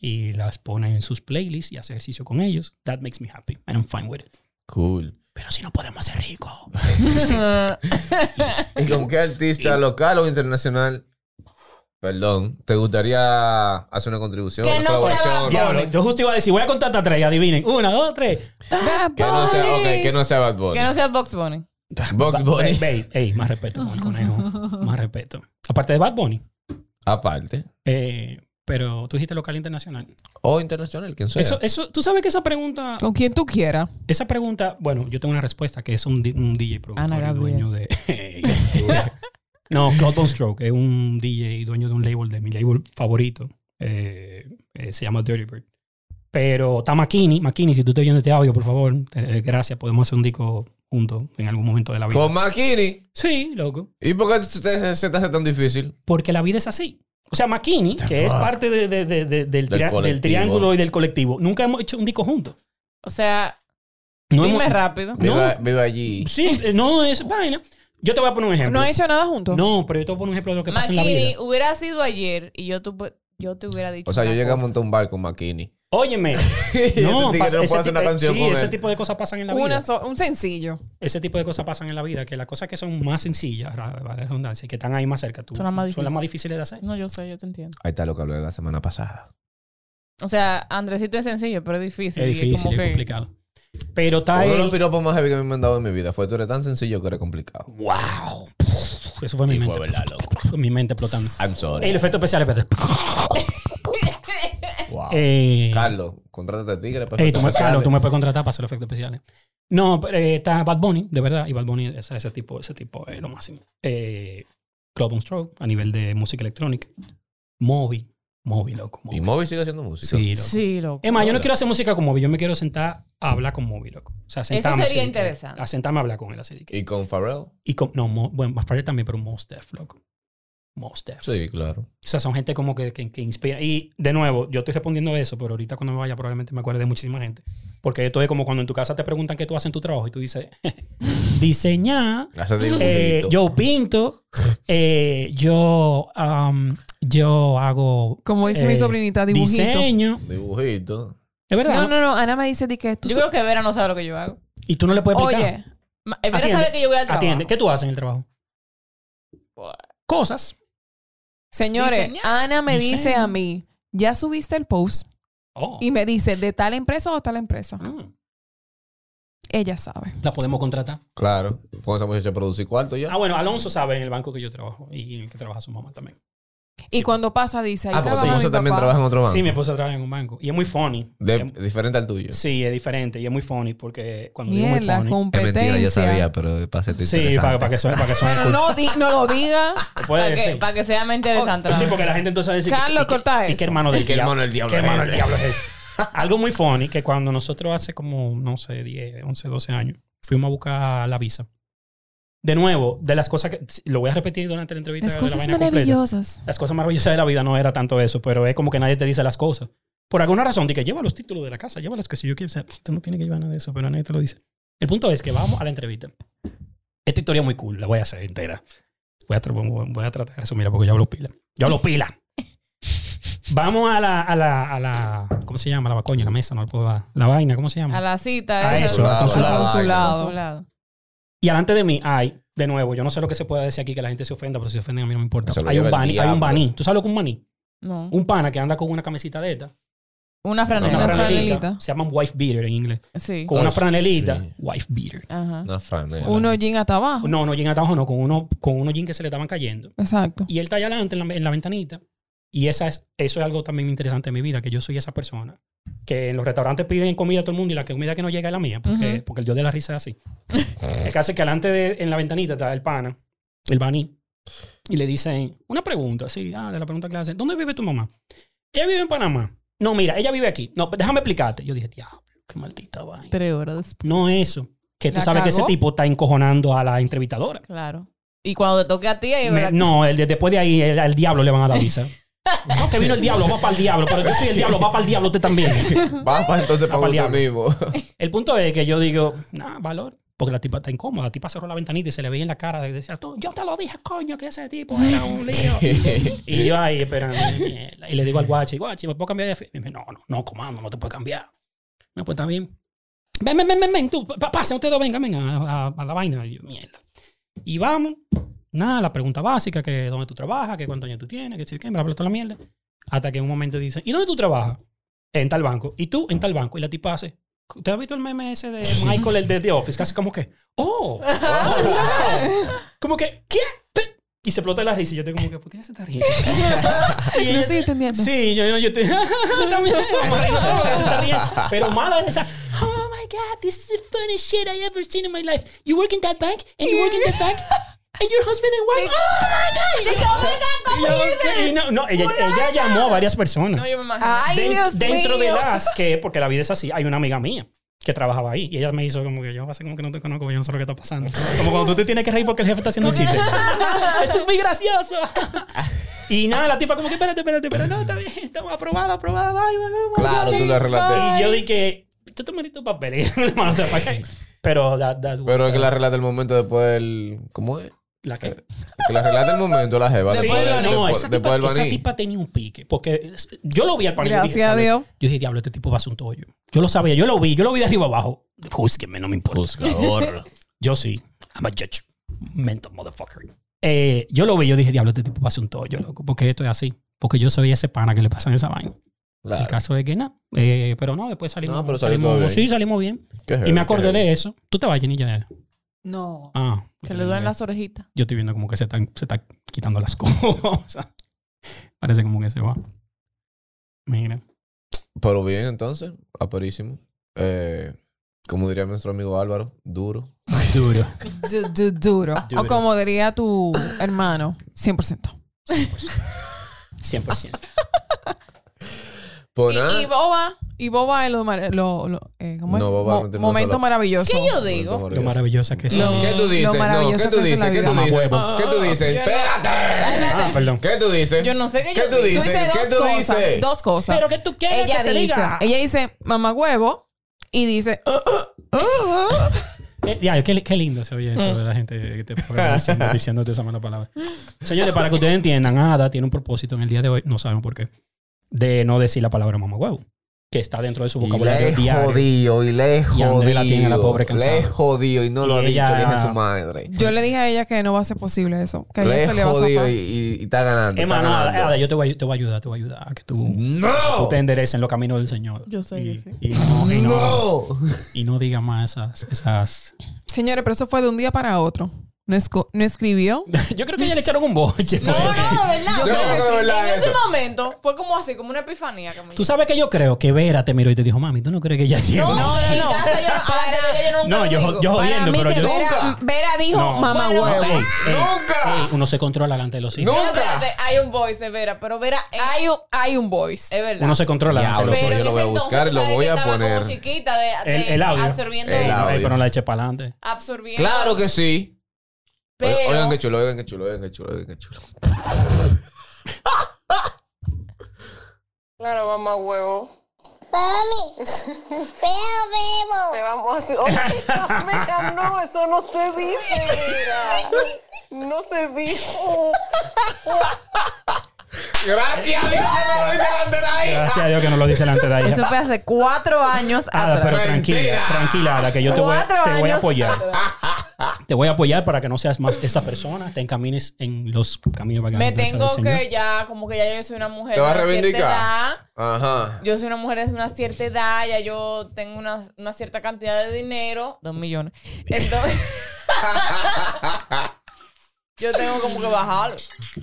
D: Y las pone en sus playlists y hace ejercicio con ellos. That makes me happy. And I'm fine with it.
B: Cool.
D: Pero si no podemos ser ricos.
B: ¿Y con qué artista local o internacional? Perdón, ¿te gustaría hacer una contribución? una
C: Que no sea
B: colaboración?
C: Bad
D: Diablo, yo justo iba a decir, voy a contar hasta tres, adivinen. Una, dos, tres.
B: Que no sea, ok, que no sea Bad Bunny.
C: Que no sea Box Bunny.
B: Box Bunny.
D: Babe, ey, más respeto con el conejo. Más respeto. Aparte de Bad Bunny.
B: Aparte.
D: Eh, pero tú dijiste local internacional.
B: O internacional, quien sea.
D: Eso, eso, tú sabes que esa pregunta,
F: Con quien tú quieras.
D: esa pregunta, bueno, yo tengo una respuesta que es un, di- un DJ productor
C: Ana
D: y
C: Gabriel.
D: dueño de. *laughs* no, Claude Von Stroke es un DJ y dueño de un label de mi label favorito. eh, eh, se llama Dirty Bird. Pero está McKinney. McKinney, si tú estás oyendo este audio, por favor, te- eh, gracias. Podemos hacer un disco juntos en algún momento de la vida.
B: Con Makini.
D: Sí, loco.
B: ¿Y por qué se, se- se te hace tan difícil?
D: porque la vida es así. O sea, McKinney, que es parte de- de- de- de- del, tria- del
B: colectivo.
D: triángulo y del colectivo, nunca hemos hecho un disco juntos.
C: O sea,
D: No
C: dime
D: hemos-
C: rápido.
B: Viva, viva allí.
D: Sí, eh, no es vaina. Yo te voy a poner un ejemplo.
F: ¿No
D: No,
F: he hecho nada juntos?
D: pero yo te voy a poner un ejemplo de lo que pasa en la
C: Makini
D: vida.
C: hubiera sido ayer y yo, tu- yo te hubiera dicho.
B: O sea, yo
C: una
B: llegué a
C: cosa.
B: montar un bar con Makini.
D: Óyeme.
B: *laughs*
D: *laughs* No,
B: que
D: pasa-
B: no
D: ese
B: puedo hacer una
D: tipo-
B: canción
D: sí,
B: con
D: ese
B: él.
D: tipo de cosas pasan en la vida.
F: Una so- un sencillo.
D: Ese tipo de cosas pasan en la vida, que las cosas que son más sencillas, ra- vale la redundancia, y que están ahí más cerca, tú,
C: Son las más
D: difíciles de hacer.
C: No, yo sé, yo te entiendo.
B: Ahí está lo que hablé la semana pasada.
C: O sea, Andresito es sencillo, pero es difícil.
D: es
C: y
D: difícil,
C: como
D: es
C: que- *laughs*
D: complicado. Pero está
B: Uno de
D: el-
B: los piropos más heavy que me han mandado en mi vida fue tú eres tan sencillo que eres complicado.
D: ¡Wow! Eso fue mi
B: Y fue
D: mente.
B: verdad, Ah, loco.
D: Mi mente explotando.
B: I'm sorry.
D: El efecto especial, espérate.
B: Wow.
D: Eh,
B: Carlos, contrátate a Tigre. para
D: ey, tú, me,
B: efectos
D: Carlos, tú
B: especiales.
D: me puedes contratar para hacer los efectos especiales. No, pero, eh, está Bad Bunny, de verdad. Y Bad Bunny, ese, ese tipo, ese tipo es lo máximo. Eh, Club on Stroke, a nivel de música electrónica. Moby. Moby, loco. Moby.
B: Y Moby sigue haciendo música.
D: Sí, loco.
C: Sí, loco.
D: Es más, yo no quiero hacer música con Moby. Yo me quiero sentar a hablar con Moby, loco. O sea, sentarme
C: sería
D: así,
C: interesante.
D: A sentarme a hablar con él así. de que-
B: Y con Pharrell.
D: Y con, no, Mo- bueno, más también, pero Mos Def, loco. Mos Def.
B: Sí, claro.
D: O sea, son gente como que, que, que inspira. Y de nuevo, yo estoy respondiendo a eso, pero ahorita cuando me vaya probablemente me acuerde de muchísima gente. Porque esto es como cuando en tu casa te preguntan qué tú haces en tu trabajo y tú dices, *laughs* diseñar,
B: Hace
D: eh,
B: dibujito.
D: yo pinto, eh, yo, am, yo hago
F: Como dice mi
D: Eh,
F: sobrinita, dibujito.
D: diseño.
B: Dibujito.
D: Es verdad.
F: No,
D: ¿no?
F: no, no. Ana me dice de que tú
C: Yo
F: so-
C: creo que Vera no sabe lo que yo hago.
D: Y tú no le puedes explicar.
F: Oye,
C: Ma- Vera
D: Atiende.
C: sabe que yo voy al trabajo.
D: Atiende, ¿qué tú haces en el trabajo? Cosas.
F: señores,
C: Diseña.
F: Ana me
D: Diseña.
F: dice a mí, ya subiste el post
D: Oh.
F: y me dice de tal empresa o tal empresa.
D: Ah,
F: Ella sabe.
D: la podemos contratar.
B: Claro. Con esa muchacha producir cuarto ya.
D: Ah, bueno, Alonso sabe en el banco que yo trabajo y en el que trabaja su mamá también.
F: Y cuando pasa, dice, ahí
B: Ah, porque tu
F: trabaja mi
B: esposa también
F: papá.
B: trabaja en otro banco.
D: Sí, mi esposa trabaja en un banco. Y es muy funny.
B: De-
D: Es-
B: diferente al tuyo.
D: Sí, es diferente y es muy funny porque cuando digo
F: Mierda,
D: muy funny.
B: Es
F: competencia.
B: mentira, yo sabía, pero para hacerte
D: Sí, para, para que suene, para que suene
F: Bueno,
D: cool.
F: *laughs* no, di- no lo
D: *laughs*
F: diga.
D: Puede
C: Para que,
D: ser. Oh,
C: para que sea más interesante. la
D: Sí,
C: verdad.
D: porque la gente entonces va a decir
F: Carlos,
D: ¿y qué-
F: corta
D: ¿y qué
F: eso.
D: hermano del
B: ¿Y qué hermano
D: diablo?
B: del diablo
D: ¿Qué hermano
B: es
D: del diablo es ese? Algo muy funny que cuando nosotros hace como, no sé, 10, 11, 12 años, fuimos a buscar la visa. De nuevo, de las cosas que lo voy a repetir durante la entrevista.
F: Las
D: de la
F: cosas
D: vaina completa.
F: maravillosas.
D: Las cosas maravillosas de la vida no era tanto eso, pero es como que nadie te dice las cosas. Por alguna razón, de que lleva los títulos de la casa, lleva las que si yo quiero. O sea, tú no tienes que llevar nada de eso, pero nadie te lo dice. El punto es que vamos a la entrevista. Esta historia es muy cool, la voy a hacer entera. Voy a, tra- voy a tratar eso, mira, porque yo hablo pila. Yo hablo pila. Vamos a la, a la, a la, ¿cómo se llama? La coño, la mesa, no la puedo dar. La vaina, ¿cómo se llama?
C: A la cita.
D: A
C: esa.
D: Ah, eso, al
C: Al
D: consulado.
C: consulado.
D: Y delante de mí hay, de nuevo, yo no sé lo que se puede decir aquí que la gente se ofenda, pero si se ofenden a mí no me importa.
B: Eso lo
D: Hay un
B: lleva el
D: baní, hay un
B: diablo.
D: baní. ¿Tú sabes lo que es un baní?
C: No.
D: Un pana que anda con una camisita de esta,
C: Una franela.
D: una
F: Una
D: franelita,
F: franelita.
D: se llaman wife beater en inglés,
C: Sí.
D: con
B: Ah,
D: una franelita,
B: sí.
D: wife beater.
C: Ajá.
B: Una franela.
F: Uno jean hasta abajo.
D: No, no jean atajo, no, con uno con unos jeans que se le estaban cayendo.
F: Exacto.
D: Y él está allá adelante en la, en la ventanita. Y esa es, eso es algo también interesante en mi vida, que yo soy esa persona. Que en los restaurantes piden comida a todo el mundo y la comida que no llega es la mía, porque,
C: Ujú.
D: porque el dios de la risa es así. el caso es que adelante de, en la ventanita está el pana, el baní, y le dicen una pregunta, sí, ah, de la pregunta que le hacen, ¿dónde vive tu mamá? Ella vive en Panamá. No, mira, ella vive aquí. No, pues déjame explicarte. Yo dije, diablo, qué maldita vaina.
C: Tres horas después.
D: No eso, que tú
F: La
D: sabes que ese
F: cagó.
D: tipo está encojonando a la entrevistadora.
C: Claro. Y cuando te toque a ti, ahí
D: Me-
C: verás-
D: no, el de- después de ahí el- al diablo le van a dar visa. No, que vino el diablo, va para el diablo, pero yo soy el diablo, va para el diablo usted también.
B: Va pa' entonces
D: Va pa'l
B: para usted
D: diablo.
B: mismo.
F: *laughs*
D: El punto es que yo digo, nah, valor. Porque la tipa está incómoda. La tipa cerró la ventanita y se le veía en la cara. Y decía, tú, yo te lo dije, coño, que ese tipo era un lío. y yo ahí esperando. mierda. Y le digo al guachi, guachi, ¿me puedo cambiar de fi-?" Y me dice, no, no, no, comando, no te puedo cambiar. No, pues está bien. Ven, ven, ven, ven, ven, tú, pa- pasen ustedes dos, venga, venga, a, a- a la vaina. Y yo, mierda. Y vamos. Nada, la pregunta básica, que dónde tú trabajas, que cuántos años tú tienes, que sí, que me la toda la mierda. Hasta que en un momento dicen, ¿y dónde tú trabajas? En tal banco. ¿Y tú? En tal banco. Y la tipa hace, ¿Usted ha visto el meme ese de Michael, el de The Office? Casi como que, ¡oh! oh, wow". Como que, ¿qué? Pe- Y se explota la risa y yo tengo como que, ¿por qué ella se está riendo? *laughs* Y
F: No
D: ella-
F: estoy entendiendo.
D: Sí, yo, yo, *laughs* yo estoy. también, vamos a reírnos todos porque se está riendo. Pero mala es esa. Oh my God, this is the funniest shit I ever seen in my life. You work in that bank, and you work in that *laughs* bank, and your husband and wife. Oh my God. Y yo, y no, no, ella, ella llamó a varias personas.
C: No, yo me imagino.
B: Ah,
F: Ay,
D: Den-
F: Dios
D: dentro de
F: mío.
D: las que, porque la vida es así, hay una amiga mía que trabajaba ahí y ella me hizo como que yo hace como que no te conozco, yo no sé lo que está pasando. Como cuando tú te tienes que reír porque el jefe está haciendo un chiste. Esto es muy
F: *laughs*
D: gracioso. Y nada, la tipa como que espérate, espérate, pero no, está bien, estamos aprobada, aprobada, bye, bye, bye, bye.
B: *laughs* Claro, tú lo relaté.
D: Y yo dije, tú te metiste *laughs* papeles, o sea, ¿para qué? Pero that, that was,
B: Pero es que
D: uh,
B: la relata el momento después del. ¿Cómo es?
D: la que-
B: Que la relata el momento la jeva.
D: Sí,
B: Después, del-
D: no,
B: después-
D: esa,
B: después
D: tipa,
B: del
D: esa
B: baní.
D: tipa tenía un pique. Porque yo lo vi al panel. yo dije,
F: Gracias a
D: "Diablo,
F: Dios.
D: Yo dije, diablo, este tipo va a ser un toyo. Yo lo sabía, yo lo vi, yo lo vi de arriba abajo. Júzguenme, no me importa. *laughs* Yo sí. I'm a judge. Mental motherfucker. Eh, yo lo vi, yo dije, diablo, este tipo va a ser un toyo, loco. Porque esto es así. Porque yo sabía ese pana que le pasan esa vaina.
B: Claro.
D: El caso es que nada. Eh, pero no, después salimos.
B: No, pero salió
D: salimos-
B: todo bien.
D: Sí, salimos bien.
B: Qué
D: Y
B: heavy,
D: me acordé
B: qué heavy.
D: de eso. Tú te vas, Jenny, ya.
F: No.
D: Ah.
C: Se le duelen las orejitas.
D: Yo estoy viendo como que se están, se están quitando las *laughs* cosas. Parece como que se va. Mira. *laughs*
B: Pero bien, entonces, aperísimo. Eh, como diría nuestro amigo Álvaro, duro.
D: Duro.
F: Du- du- duro.
D: *laughs* Duro.
F: O como diría tu hermano, 100%.
D: 100%.
B: Pues nada,
A: Ah.
F: Y, y Boba, y Boba es lo, mar- lo- lo- eh, ¿cómo es?
B: No, Boba
F: Mo-
B: no tiene una
F: momento
B: sola-
F: maravilloso.
C: ¿Qué yo
B: momento
C: digo?
D: Lo
B: maravilloso.
D: maravillosa que es.
F: Lo-
B: ¿Qué tú dices?
F: Lo
B: No, ¿qué
F: maravilloso
B: tú
F: que es
B: dices?
F: la
B: ¿Qué tú
F: vida.
B: dices?
D: Mamahuevo.
B: ¿Qué tú dices? ¡Espérate!
D: Ah, perdón.
B: ¿Qué tú dices?
C: Yo no sé qué yo
B: tú
C: digo.
F: Tú
B: dices?
F: dices
B: ¿Qué
F: dos
B: tú
F: cosas.
B: dices?
F: Dos cosas.
D: Pero que tú quieres
F: ella
D: que te
F: dice,
D: diga.
F: ella dice mamá huevo y dice "Ah, ah, ah, ah".
D: Eh, ya, qué, qué lindo se oye esto de la gente que te pone
B: *laughs*
D: diciendo, diciéndote esa mala palabra. Señores, para que ustedes entiendan, Ada tiene un propósito en el día de hoy, no saben por qué, de no decir la palabra mamá huevo, que está dentro de su
B: Y
D: vocabulario
B: le
D: diario.
B: jodido, y le
D: Y Andrea la tiene a la pobre
B: jodido.
D: cansada.
B: Le jodido, y no lo
D: Y
B: ha dicho,
D: ella-
B: le dije a su madre.
F: Yo le dije a ella que no va a ser posible eso. Que a ella
B: Le
F: se le va a
B: jodido
F: zafar.
B: y, y- y está ganando.
D: Emma,
B: está
D: no, Ada,
B: ganando.
D: Ada, yo te voy, a- te voy a ayudar, te voy a ayudar a que tú, tú
B: ¡No!
D: te endereces en los caminos del Señor.
C: Yo sé,
D: y,
C: yo sé.
D: y no, y no,
B: ¡No!
D: y no diga más esas... esas... *laughs*
F: Señores, pero eso fue de un día para otro. No, esco- no escribió.
D: Yo creo que ya le echaron un boche.
C: No, no, de verdad.
B: Yo creo que de verdad
C: en ese
B: eso.
C: momento fue como así, como una epifanía que me
D: Tú sabes que yo creo que Vera te miró y te dijo, mami, ¿tú no crees que ya tiene?
C: No, no, no.
B: *laughs*
D: No, yo, yo
F: Para
D: jodiendo,
F: mí
D: pero
F: que
D: yo...
F: Vera, Vera dijo
D: No.
F: mamá
C: Bueno,
F: huevo.
D: Ey, ey,
B: ¡Nunca!
D: ey, uno se controla delante de los hijos.
B: ¡Nunca!
C: Espérate, hay un voice de Vera, pero Vera es,
F: Hay un, hay un voice.
C: es verdad.
D: Uno se controla delante
B: Diablo,
D: de los
B: pero
D: hijos.
B: yo lo voy a
C: entonces,
B: buscar,
C: tú
B: lo
C: sabes
B: voy
C: que
B: a
C: estaba como
B: poner.
C: chiquita de,
D: El,
C: de-
D: el audio.
C: Absorbiendo.
B: El audio.
D: Ey, pero no la eche para adelante.
C: Absorbiendo.
B: Claro que sí.
C: Pero,
B: Oigan qué chulo, oigan qué chulo, oigan qué chulo, oigan qué chulo.
H: Claro, mamá huevo.
I: Mami, pero bebo.
H: Te vamos a... Oh, mira, no, eso no se dice, mira. No se dice.
A: Gracias a Dios que me lo dice delante de ahí.
D: Gracias a Dios que no lo dice delante de
C: Eso
D: ella.
C: fue hace cuatro años
B: Ah,
D: Ada,
C: atrás.
D: pero tranquila,
A: Mentira.
D: tranquila, Ada, que yo te voy,
C: Cuatro
D: te voy a
C: años
D: apoyar. Te voy a apoyar para que no seas más esa persona, te encamines en los caminos
C: Me
D: vagantes del
C: tengo
D: Señor.
C: que ya, como que ya yo soy una mujer
A: ¿Te vas a
C: de una cierta
A: reivindicar?
C: edad.
A: Ajá.
C: Yo soy una mujer de una cierta edad, ya yo tengo una, una cierta cantidad de dinero, dos millones. Entonces, *laughs* yo tengo como que bajarlo.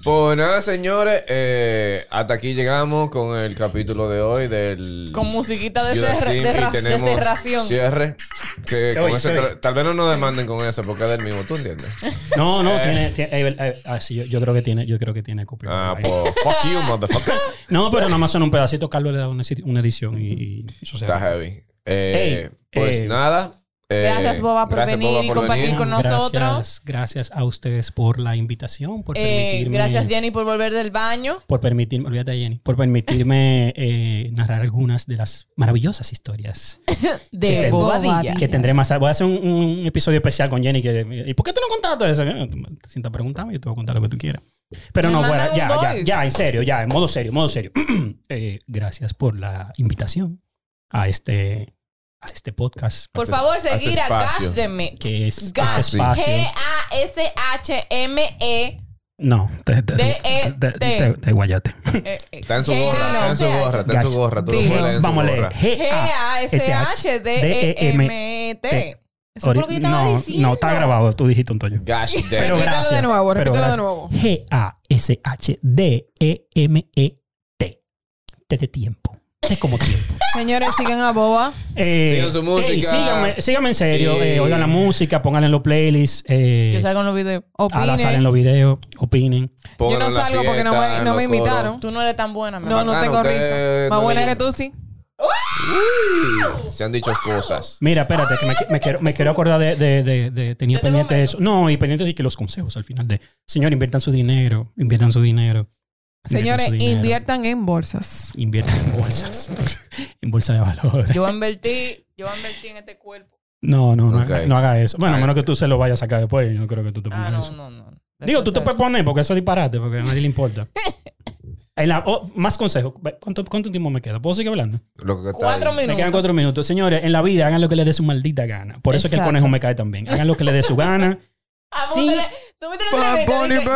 A: Pues nada, señores, eh, hasta aquí llegamos con el capítulo de hoy del...
C: Con musiquita de,
A: Judas
C: cerra-
A: Sim,
C: de,
A: y
C: ra- de
A: tenemos
C: cerración.
A: Cierre. Que
D: Se
A: con
D: oye,
A: ese-
D: se oye.
A: tal vez no nos demanden con eso porque es del mismo, ¿tú
D: *laughs*
A: entiendes?
D: No, no, tiene, tiene- eh, eh, ah, sí, yo, yo creo que tiene, yo creo que tiene copyright.
A: Ah, pues fuck you, motherfucker.
D: No, pero nada más son un pedacito, Carlos le da una, edi- una edición y, y eso
A: *laughs*
D: se
A: Está
D: va.
A: heavy. Eh,
D: Ey,
A: pues
D: eh,
A: nada. eh,
C: Gracias, Boba, por
A: gracias,
C: venir y
A: por
C: compartir
A: venir.
C: con nosotros.
D: Gracias, gracias a ustedes por la invitación, por
C: Eh,
D: permitirme.
C: gracias, Jenny, por volver del baño.
D: por permitirme, olvídate Jenny, por permitirme eh, narrar algunas de las maravillosas historias
C: De
D: Que te-
C: Bobadilla.
D: que tendré más. Voy a hacer un, un episodio especial con Jenny que eh, ¿y por qué tú no contaste eso? Eh, Te sientas a preguntarme, yo te voy a contar lo que tú quieras. Pero
C: Me
D: no,
C: mandan
D: fuera, ya,
C: un
D: ya,
C: voice.
D: ya, en serio, ya, en modo serio, modo serio. *clears throat* Eh, gracias por la invitación a este a este podcast
C: Por
A: Haces-
C: favor,
A: haces
C: seguir a
A: espacio.
C: Gash Demet.
D: que es
C: Gash.
D: este espacio.
C: G-A-S-H-M-E.
D: No, te, te,
C: De- E
D: te, te,
C: de-
D: te- te guayate.
C: eh, eh,
A: Está en su gorra, está en su
C: G-A-S-H.
A: gorra, está en su
D: Gash.
A: gorra. Tú lo
C: Dilo.
A: puedes leer en su
D: Vamos a leer.
A: gorra.
D: E,
F: E
C: G-A-S-H-D-E-M-T. Eso fue lo que yo estaba
D: no,
C: diciendo.
D: no, está grabado, tú dijiste un toño.
A: Gosh
D: Pero
A: damn. it.
D: gracias.
F: de nuevo,
D: pero
F: repítelo de
D: gracias.
F: nuevo.
D: G-A-S-H-D-E-M-E-T. E T de tiempo. T como tiempo.
F: Señores, sigan a Boba.
D: Eh,
A: *laughs* Sigan su
D: ey,
A: música.
D: síganme, síganme en serio.
A: Y-
D: eh, oigan la música, pónganla en los playlists. Eh,
C: Yo salgo en los videos.
D: ahora
F: Opinen.
D: salen los videos, opinen.
A: Pónganlo
F: no
A: en la
F: salgo porque no me-
A: fiesta, en
F: no me
A: los coros.
F: invitaron.
C: Tú no eres tan buena, mi
F: No,
C: amor.
F: no
A: Bacano,
F: tengo
A: ustedes
F: risa. Más
A: no
F: buena que
A: leyeron.
F: tú, sí.
A: *laughs* Se han dicho cosas.
D: Mira, espérate, que me, me quiero, me quiero acordar de, de- de- de- tenía
C: Este
D: pendiente
C: momento.
D: de eso. No, y pendiente de que los consejos al final de, señor, inviertan su dinero, inviertan su dinero. inviertan
F: Señores,
D: su dinero,
F: inviertan en bolsas.
D: Inviertan en bolsas, *laughs* en bolsa de valores.
C: Yo invertí, yo invertí en este cuerpo.
D: No, no, no,
A: Ok.
D: haga, no haga eso. Bueno, a
A: Ay.
D: menos que tú se lo vayas a sacar después. Yo no creo que tú te pongas
C: Ah, no,
D: eso.
C: no, no.
D: Digo, tú te puedes poner porque eso es disparate, porque a nadie le
C: *laughs*
D: importa. En la- oh, más consejos. ¿Cuánto, cuánto tiempo me queda? ¿Puedo seguir hablando?
A: Lo que está
C: Cuatro
A: ahí.
D: Me quedan
C: minutos.
D: cuatro minutos. Señores, en la vida hagan lo que les dé su maldita gana. Por eso es que el
C: Exacto.
D: conejo me cae también. Hagan lo que les dé su gana.
C: Ah,
D: Sí.
C: póntale- Tú me tienes
A: Bad
C: que yo
A: Bunny,
C: no sé, yo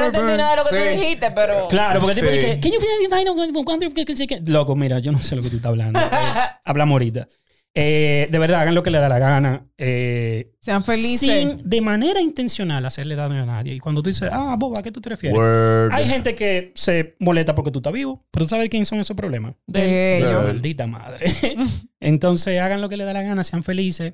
C: no entendí nada de lo que tú
A: Sí.
C: dijiste, pero...
D: Claro, porque te
A: Sí.
D: que, "Can you feel the vinyl going from country?" Que- que- que- Loco, mira, yo no sé lo que tú estás hablando. Eh, hablamos ahorita. Eh, de verdad, hagan lo que les da la gana. Eh,
F: Sean felices.
D: sin de manera intencional hacerle daño a nadie. Y cuando tú dices, ah, boba, ¿a qué tú te refieres?
A: Word.
D: Hay gente que se molesta porque tú estás vivo, pero ¿tú ¿sabes quién son esos problemas?
F: De
D: Su
A: ellos.
D: Maldita madre. *laughs* Entonces hagan lo que les da la gana, sean felices,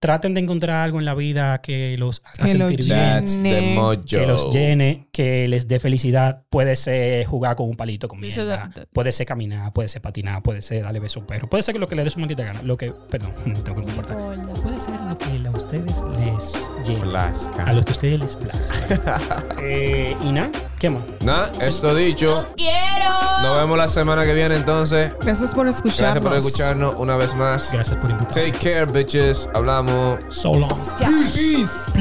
D: traten de encontrar algo en la vida que los haga
F: Que los
D: sentir bien,
F: llene.
A: That's the mojo.
D: que los llene, que les dé felicidad. Puede ser jugar con un palito con
C: Dice
D: mierda,
C: that- that-
D: puede ser caminar, puede ser patinar, puede ser darle beso a un perro, puede ser lo que les dé su maldita gana, lo que, perdón, *laughs* tengo que comportar. Puede ser lo que a ustedes les llene, a lo que a ustedes les plazca. eh, y nada, ¿qué más?
A: Nah, esto dicho.
C: ¡Los quiero!
A: Nos vemos la semana que viene entonces.
F: Gracias por
A: Gracias
F: escucharnos.
A: por escucharnos una vez más.
D: Gracias por invitarme.
A: Take care, bitches. Hablamos.
D: So long.
F: Peace.